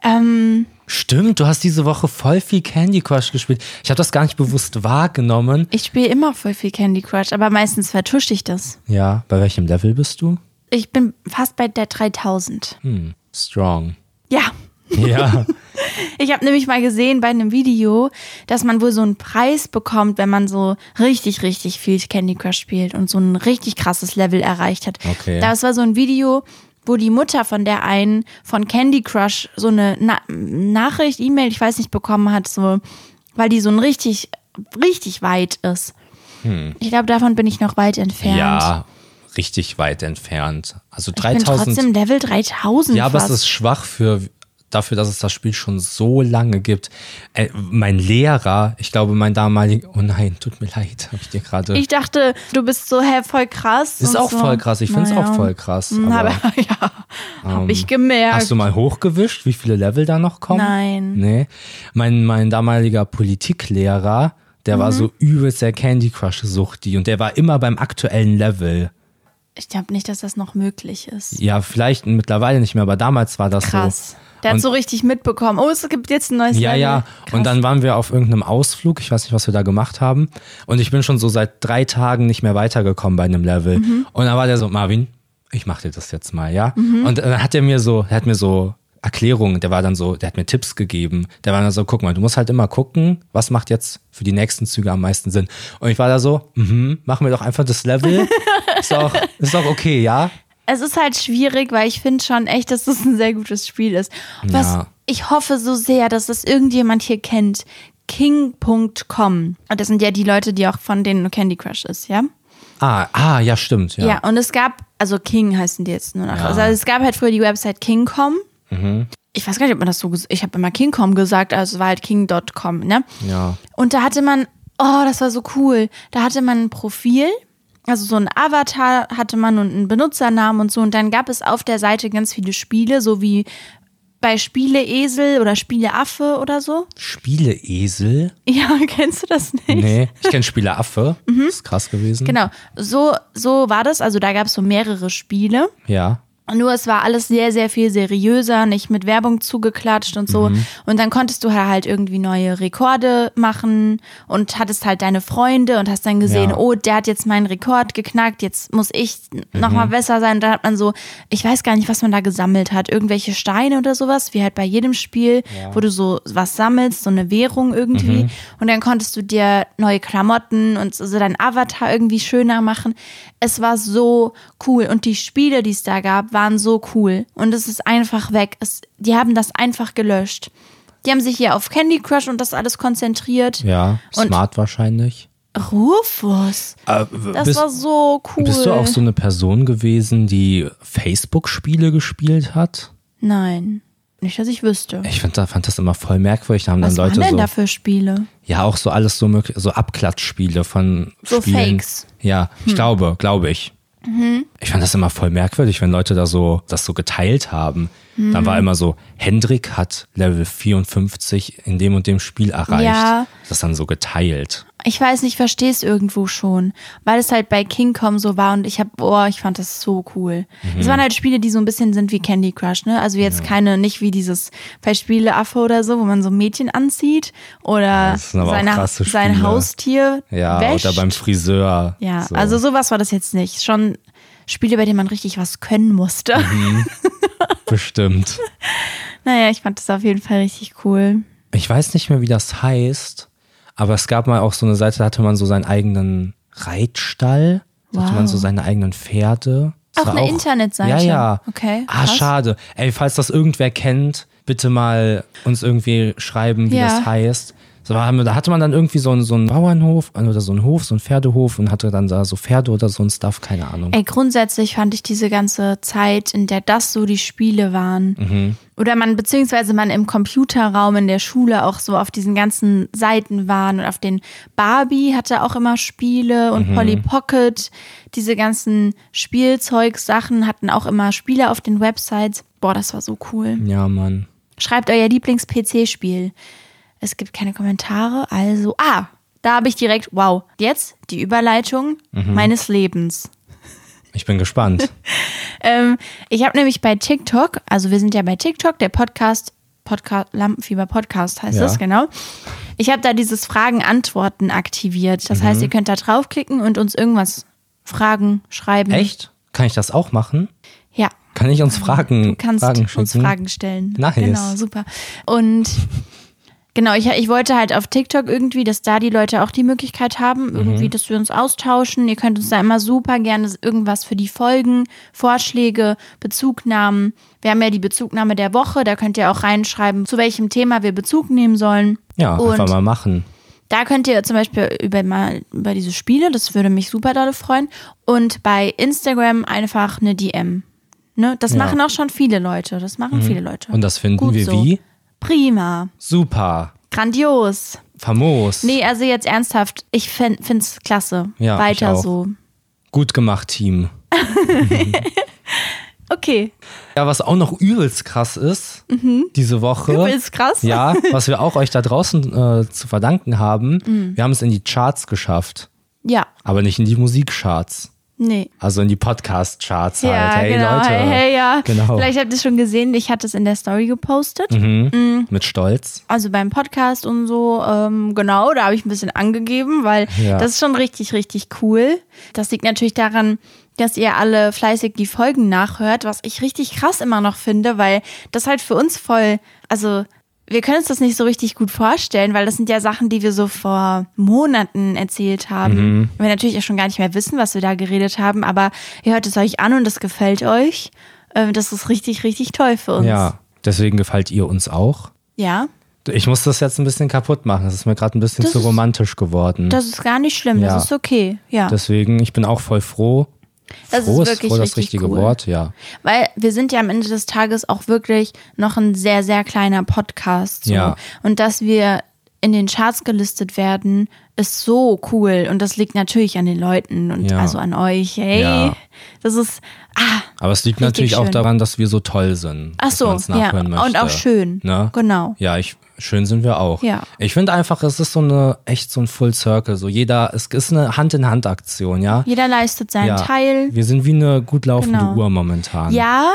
[SPEAKER 2] Ähm,
[SPEAKER 1] Stimmt, du hast diese Woche voll viel Candy Crush gespielt. Ich habe das gar nicht bewusst wahrgenommen.
[SPEAKER 2] Ich spiele immer voll viel Candy Crush, aber meistens vertusche ich das.
[SPEAKER 1] Ja, bei welchem Level bist du?
[SPEAKER 2] Ich bin fast bei der 3000.
[SPEAKER 1] Hm, strong.
[SPEAKER 2] Ja.
[SPEAKER 1] Ja,
[SPEAKER 2] Ich habe nämlich mal gesehen bei einem Video, dass man wohl so einen Preis bekommt, wenn man so richtig, richtig viel Candy Crush spielt und so ein richtig krasses Level erreicht hat.
[SPEAKER 1] Okay.
[SPEAKER 2] Das war so ein Video, wo die Mutter von der einen von Candy Crush so eine Na Nachricht, E-Mail, ich weiß nicht, bekommen hat, so, weil die so ein richtig, richtig weit ist. Ich glaube, davon bin ich noch weit entfernt.
[SPEAKER 1] Hm. Ja, richtig weit entfernt. Also
[SPEAKER 2] ich bin
[SPEAKER 1] 3000.
[SPEAKER 2] trotzdem Level 3000.
[SPEAKER 1] ja, aber
[SPEAKER 2] fast.
[SPEAKER 1] es ist schwach für dafür, dass es das Spiel schon so lange gibt. Äh, mein Lehrer, ich glaube, mein damaliger. Oh nein, tut mir leid, habe ich dir gerade.
[SPEAKER 2] Ich dachte, du bist so hä, voll krass.
[SPEAKER 1] Ist
[SPEAKER 2] und
[SPEAKER 1] auch
[SPEAKER 2] so.
[SPEAKER 1] voll krass. Ich finde es auch voll krass.
[SPEAKER 2] Hm,
[SPEAKER 1] Aber ähm,
[SPEAKER 2] Aber, ja, habe ich gemerkt.
[SPEAKER 1] hast du mal hochgewischt, wie viele Level da noch kommen?
[SPEAKER 2] Nein.
[SPEAKER 1] Nee. Mein, mein damaliger Politiklehrer, der
[SPEAKER 2] Mhm.
[SPEAKER 1] war so übelst der Candy Crush-Suchti und der war immer beim aktuellen Level.
[SPEAKER 2] ich glaube nicht, dass das noch möglich ist.
[SPEAKER 1] Ja, vielleicht mittlerweile nicht mehr, aber damals war das
[SPEAKER 2] Krass.
[SPEAKER 1] so.
[SPEAKER 2] Der hat
[SPEAKER 1] Und-
[SPEAKER 2] so richtig mitbekommen. Oh, es gibt jetzt ein neues
[SPEAKER 1] Ja,
[SPEAKER 2] Level.
[SPEAKER 1] ja.
[SPEAKER 2] Krass.
[SPEAKER 1] Und dann waren wir auf irgendeinem Ausflug. Ich weiß nicht, was wir da gemacht haben. Und ich bin schon so seit drei Tagen nicht mehr weitergekommen bei einem Level.
[SPEAKER 2] Mhm.
[SPEAKER 1] Und dann war der so, Marvin, ich mach dir das jetzt mal, ja? Und dann hat er mir so, er hat mir so Erklärungen, der war dann so, der hat mir Tipps gegeben. Der war dann so, guck mal, du musst halt immer gucken, was macht jetzt für die nächsten Züge am meisten Sinn. Und ich war da so, mhm, machen wir doch einfach das Level. ist doch, ist doch okay, ja?
[SPEAKER 2] Es ist halt schwierig, weil ich finde schon echt, dass das ein sehr gutes Spiel ist. Was
[SPEAKER 1] Ja.
[SPEAKER 2] ich hoffe so sehr, dass das irgendjemand hier kennt. King.com. Und das sind ja die Leute, die auch von denen Candy Crush ist, ja?
[SPEAKER 1] Ah, ah, ja, stimmt, ja.
[SPEAKER 2] Ja, und es gab, also King heißen die jetzt nur noch. Also es gab halt früher die Website King.com.
[SPEAKER 1] Mhm.
[SPEAKER 2] Ich weiß gar nicht, ob man das so gesagt Ich habe immer King.com gesagt, also es war halt King.com, ne?
[SPEAKER 1] Ja.
[SPEAKER 2] Und da hatte man, oh, das war so cool. Da hatte man ein Profil, also so ein Avatar hatte man und einen Benutzernamen und so. Und dann gab es auf der Seite ganz viele Spiele, so wie bei Spieleesel oder Spieleaffe oder so.
[SPEAKER 1] Spieleesel?
[SPEAKER 2] Ja, kennst du das nicht?
[SPEAKER 1] Nee, ich Mhm. kenne Spieler Affe. Ist krass gewesen.
[SPEAKER 2] Genau, so, so war das. Also da gab es so mehrere Spiele.
[SPEAKER 1] Ja.
[SPEAKER 2] Nur es war alles sehr, sehr viel seriöser, nicht mit Werbung zugeklatscht und so. Und dann konntest du halt irgendwie neue Rekorde machen und hattest halt deine Freunde und hast dann gesehen,
[SPEAKER 1] Ja.
[SPEAKER 2] oh, der hat jetzt meinen Rekord geknackt, jetzt muss ich nochmal besser sein. Und dann hat man so, ich weiß gar nicht, was man da gesammelt hat, irgendwelche Steine oder sowas, wie halt bei jedem Spiel, wo du so was sammelst, so eine Währung irgendwie. Und dann konntest du dir neue Klamotten und so deinen Avatar irgendwie schöner machen. Es war so cool. Und die Spiele, die es da gab, waren so cool. Und es ist einfach weg. Es, die haben das einfach gelöscht. Die haben sich hier auf Candy Crush und das alles konzentriert.
[SPEAKER 1] Ja,
[SPEAKER 2] Und-
[SPEAKER 1] smart wahrscheinlich.
[SPEAKER 2] Rufus. Das
[SPEAKER 1] Äh, bist,
[SPEAKER 2] war so cool.
[SPEAKER 1] bist du auch so eine Person gewesen, die Facebook-Spiele gespielt hat?
[SPEAKER 2] Nein. Nicht, dass ich wüsste.
[SPEAKER 1] Ich find, da fand das immer voll merkwürdig. Da haben
[SPEAKER 2] Was
[SPEAKER 1] dann
[SPEAKER 2] waren
[SPEAKER 1] Leute
[SPEAKER 2] denn
[SPEAKER 1] so.
[SPEAKER 2] da für Spiele?
[SPEAKER 1] Ja, auch so alles so möglich, so Abklatschspiele von
[SPEAKER 2] So
[SPEAKER 1] Spielen.
[SPEAKER 2] Fakes. Hm. Mhm.
[SPEAKER 1] Ja, ich glaube, glaube ich. Ich fand das immer voll merkwürdig, wenn Leute da so das so geteilt haben.
[SPEAKER 2] Mhm.
[SPEAKER 1] Dann war immer so, Hendrik hat Level 54 in dem und dem Spiel erreicht.
[SPEAKER 2] Ja.
[SPEAKER 1] Das dann so geteilt.
[SPEAKER 2] Ich weiß nicht, verstehe es irgendwo schon, weil es halt bei Kingcom so war und ich habe, oh, ich fand das so cool.
[SPEAKER 1] Mhm.
[SPEAKER 2] Es waren halt Spiele, die so ein bisschen sind wie Candy Crush, ne? Also jetzt keine, nicht wie dieses bei Spieleaffe oder so, wo man so ein Mädchen anzieht oder
[SPEAKER 1] Das sind aber auch
[SPEAKER 2] seine,
[SPEAKER 1] krasse
[SPEAKER 2] sein
[SPEAKER 1] Spiele.
[SPEAKER 2] Haustier
[SPEAKER 1] Ja,
[SPEAKER 2] wäscht.
[SPEAKER 1] oder beim Friseur.
[SPEAKER 2] ja,
[SPEAKER 1] so.
[SPEAKER 2] also sowas war das jetzt nicht. Schon Spiele, bei denen man richtig was können musste.
[SPEAKER 1] Bestimmt.
[SPEAKER 2] Naja, ich fand das auf jeden Fall richtig cool.
[SPEAKER 1] Ich weiß nicht mehr, wie das heißt, aber es gab mal auch so eine Seite, da hatte man so seinen eigenen Reitstall, da hatte
[SPEAKER 2] Wow.
[SPEAKER 1] man so seine eigenen Pferde. Das
[SPEAKER 2] Auch
[SPEAKER 1] war
[SPEAKER 2] eine Internetseite?
[SPEAKER 1] Ja, ja.
[SPEAKER 2] Okay,
[SPEAKER 1] Ah,
[SPEAKER 2] krass.
[SPEAKER 1] schade. Ey, falls das irgendwer kennt, bitte mal uns irgendwie schreiben, wie
[SPEAKER 2] Ja.
[SPEAKER 1] das heißt. So, da haben- da hatte man dann irgendwie so einen, so einen Bauernhof oder so einen Hof, so einen Pferdehof und hatte dann da so Pferde oder so ein Stuff, keine Ahnung.
[SPEAKER 2] Ey, grundsätzlich fand ich diese ganze Zeit, in der das so die Spiele waren. Oder man, beziehungsweise man im Computerraum in der Schule auch so auf diesen ganzen Seiten waren und auf den Barbie hatte auch immer Spiele und Polly Pocket, diese ganzen Spielzeugsachen hatten auch immer Spiele auf den Websites. Boah, das war so cool.
[SPEAKER 1] Ja, Mann.
[SPEAKER 2] Schreibt euer Lieblings-PC-Spiel. Es gibt keine Kommentare, also. Ah, da habe ich direkt, wow, jetzt die Überleitung
[SPEAKER 1] Mhm.
[SPEAKER 2] meines Lebens.
[SPEAKER 1] Ich bin gespannt.
[SPEAKER 2] Ähm, ich habe nämlich bei TikTok, also wir sind ja bei TikTok, der Podcast, Podcast Lampenfieber Podcast heißt
[SPEAKER 1] Ja.
[SPEAKER 2] es, genau. Ich habe da dieses Fragen-Antworten aktiviert. Das
[SPEAKER 1] Mhm.
[SPEAKER 2] heißt, ihr könnt da draufklicken und uns irgendwas fragen, schreiben.
[SPEAKER 1] Echt? Kann ich das auch machen?
[SPEAKER 2] Ja.
[SPEAKER 1] Kann ich uns Fragen,
[SPEAKER 2] Kannst
[SPEAKER 1] Fragen
[SPEAKER 2] uns
[SPEAKER 1] schicken?
[SPEAKER 2] Fragen stellen.
[SPEAKER 1] Nice.
[SPEAKER 2] Genau, super. Und Genau, ich, ich wollte halt auf TikTok irgendwie, dass da die Leute auch die Möglichkeit
[SPEAKER 1] Mhm.
[SPEAKER 2] haben, irgendwie, dass wir uns austauschen. Ihr könnt uns da immer super gerne irgendwas für die Folgen, Vorschläge, Bezugnahmen. Wir haben ja die Bezugnahme der Woche, da könnt ihr auch reinschreiben, zu welchem Thema wir Bezug nehmen sollen.
[SPEAKER 1] Ja, einfach
[SPEAKER 2] Und-
[SPEAKER 1] mal machen.
[SPEAKER 2] Da könnt ihr zum Beispiel über, mal über diese Spiele, das würde mich super dolle freuen. Und bei Instagram einfach eine DM. Ne? Das machen auch schon viele Leute. Das machen viele Leute.
[SPEAKER 1] Mhm. Und das finden
[SPEAKER 2] Gut
[SPEAKER 1] wir
[SPEAKER 2] so.
[SPEAKER 1] wie?
[SPEAKER 2] Prima.
[SPEAKER 1] Super.
[SPEAKER 2] Grandios.
[SPEAKER 1] Famos.
[SPEAKER 2] Nee, also jetzt ernsthaft, ich fänd, find's klasse.
[SPEAKER 1] Ja,
[SPEAKER 2] Weiter
[SPEAKER 1] ich auch.
[SPEAKER 2] so.
[SPEAKER 1] Gut gemacht, Team.
[SPEAKER 2] Okay.
[SPEAKER 1] Ja, was auch noch übelst krass ist, diese Woche.
[SPEAKER 2] Mhm. Übelst krass.
[SPEAKER 1] Ja, was wir auch euch da draußen äh, zu verdanken haben.
[SPEAKER 2] Mhm.
[SPEAKER 1] Wir haben es in die Charts geschafft,
[SPEAKER 2] Ja.
[SPEAKER 1] aber nicht in die Musikcharts.
[SPEAKER 2] Nee.
[SPEAKER 1] Also in die Podcast-Charts
[SPEAKER 2] Ja,
[SPEAKER 1] halt. Hey
[SPEAKER 2] genau.
[SPEAKER 1] Leute.
[SPEAKER 2] Hey, hey, ja.
[SPEAKER 1] Genau.
[SPEAKER 2] Vielleicht habt ihr es schon gesehen, ich hatte es in der Story gepostet.
[SPEAKER 1] Mit Stolz.
[SPEAKER 2] Also beim Podcast und so, ähm, genau, da habe ich ein bisschen angegeben, weil
[SPEAKER 1] Ja.
[SPEAKER 2] das ist schon richtig, richtig cool. Das liegt natürlich daran, dass ihr alle fleißig die Folgen nachhört, was ich richtig krass immer noch finde, weil das halt für uns voll, also wir können uns das nicht so richtig gut vorstellen, weil das sind ja Sachen, die wir so vor Monaten erzählt haben.
[SPEAKER 1] Mhm.
[SPEAKER 2] Wir natürlich auch schon gar nicht mehr wissen, was wir da geredet haben, aber ihr hört es euch an und das gefällt euch. Ähm, Das ist richtig, richtig toll für uns.
[SPEAKER 1] Ja, deswegen gefällt ihr uns auch.
[SPEAKER 2] ja?
[SPEAKER 1] Ich muss das jetzt ein bisschen kaputt machen. Das ist mir gerade ein bisschen
[SPEAKER 2] Das
[SPEAKER 1] zu
[SPEAKER 2] ist-
[SPEAKER 1] romantisch geworden.
[SPEAKER 2] Das ist gar nicht schlimm,
[SPEAKER 1] Ja.
[SPEAKER 2] das ist okay. Ja.
[SPEAKER 1] Deswegen, ich bin auch voll froh.
[SPEAKER 2] Das ist
[SPEAKER 1] froh
[SPEAKER 2] wirklich
[SPEAKER 1] froh das
[SPEAKER 2] richtig
[SPEAKER 1] richtige
[SPEAKER 2] cool.
[SPEAKER 1] Wort, ja.
[SPEAKER 2] Weil wir sind ja am Ende des Tages auch wirklich noch ein sehr, sehr kleiner Podcast. So.
[SPEAKER 1] Ja.
[SPEAKER 2] Und dass wir in den Charts gelistet werden, ist so cool. Und das liegt natürlich an den Leuten und
[SPEAKER 1] Ja.
[SPEAKER 2] also an euch. Hey,
[SPEAKER 1] Ja.
[SPEAKER 2] das ist, ah,
[SPEAKER 1] Aber es liegt natürlich auch
[SPEAKER 2] schön.
[SPEAKER 1] daran, dass wir so toll sind.
[SPEAKER 2] ach
[SPEAKER 1] dass
[SPEAKER 2] so,
[SPEAKER 1] man's
[SPEAKER 2] ja.
[SPEAKER 1] nachhören möchte.
[SPEAKER 2] Und auch schön.
[SPEAKER 1] Ne?
[SPEAKER 2] Genau.
[SPEAKER 1] Ja, ich, schön sind wir auch.
[SPEAKER 2] Ja.
[SPEAKER 1] Ich finde einfach, es ist so eine, echt so ein Full Circle. So jeder, es ist eine Hand-in-Hand-Aktion, ja?
[SPEAKER 2] Jeder leistet seinen
[SPEAKER 1] ja.
[SPEAKER 2] Teil.
[SPEAKER 1] Wir sind wie eine gut laufende
[SPEAKER 2] Genau.
[SPEAKER 1] Uhr momentan.
[SPEAKER 2] Ja.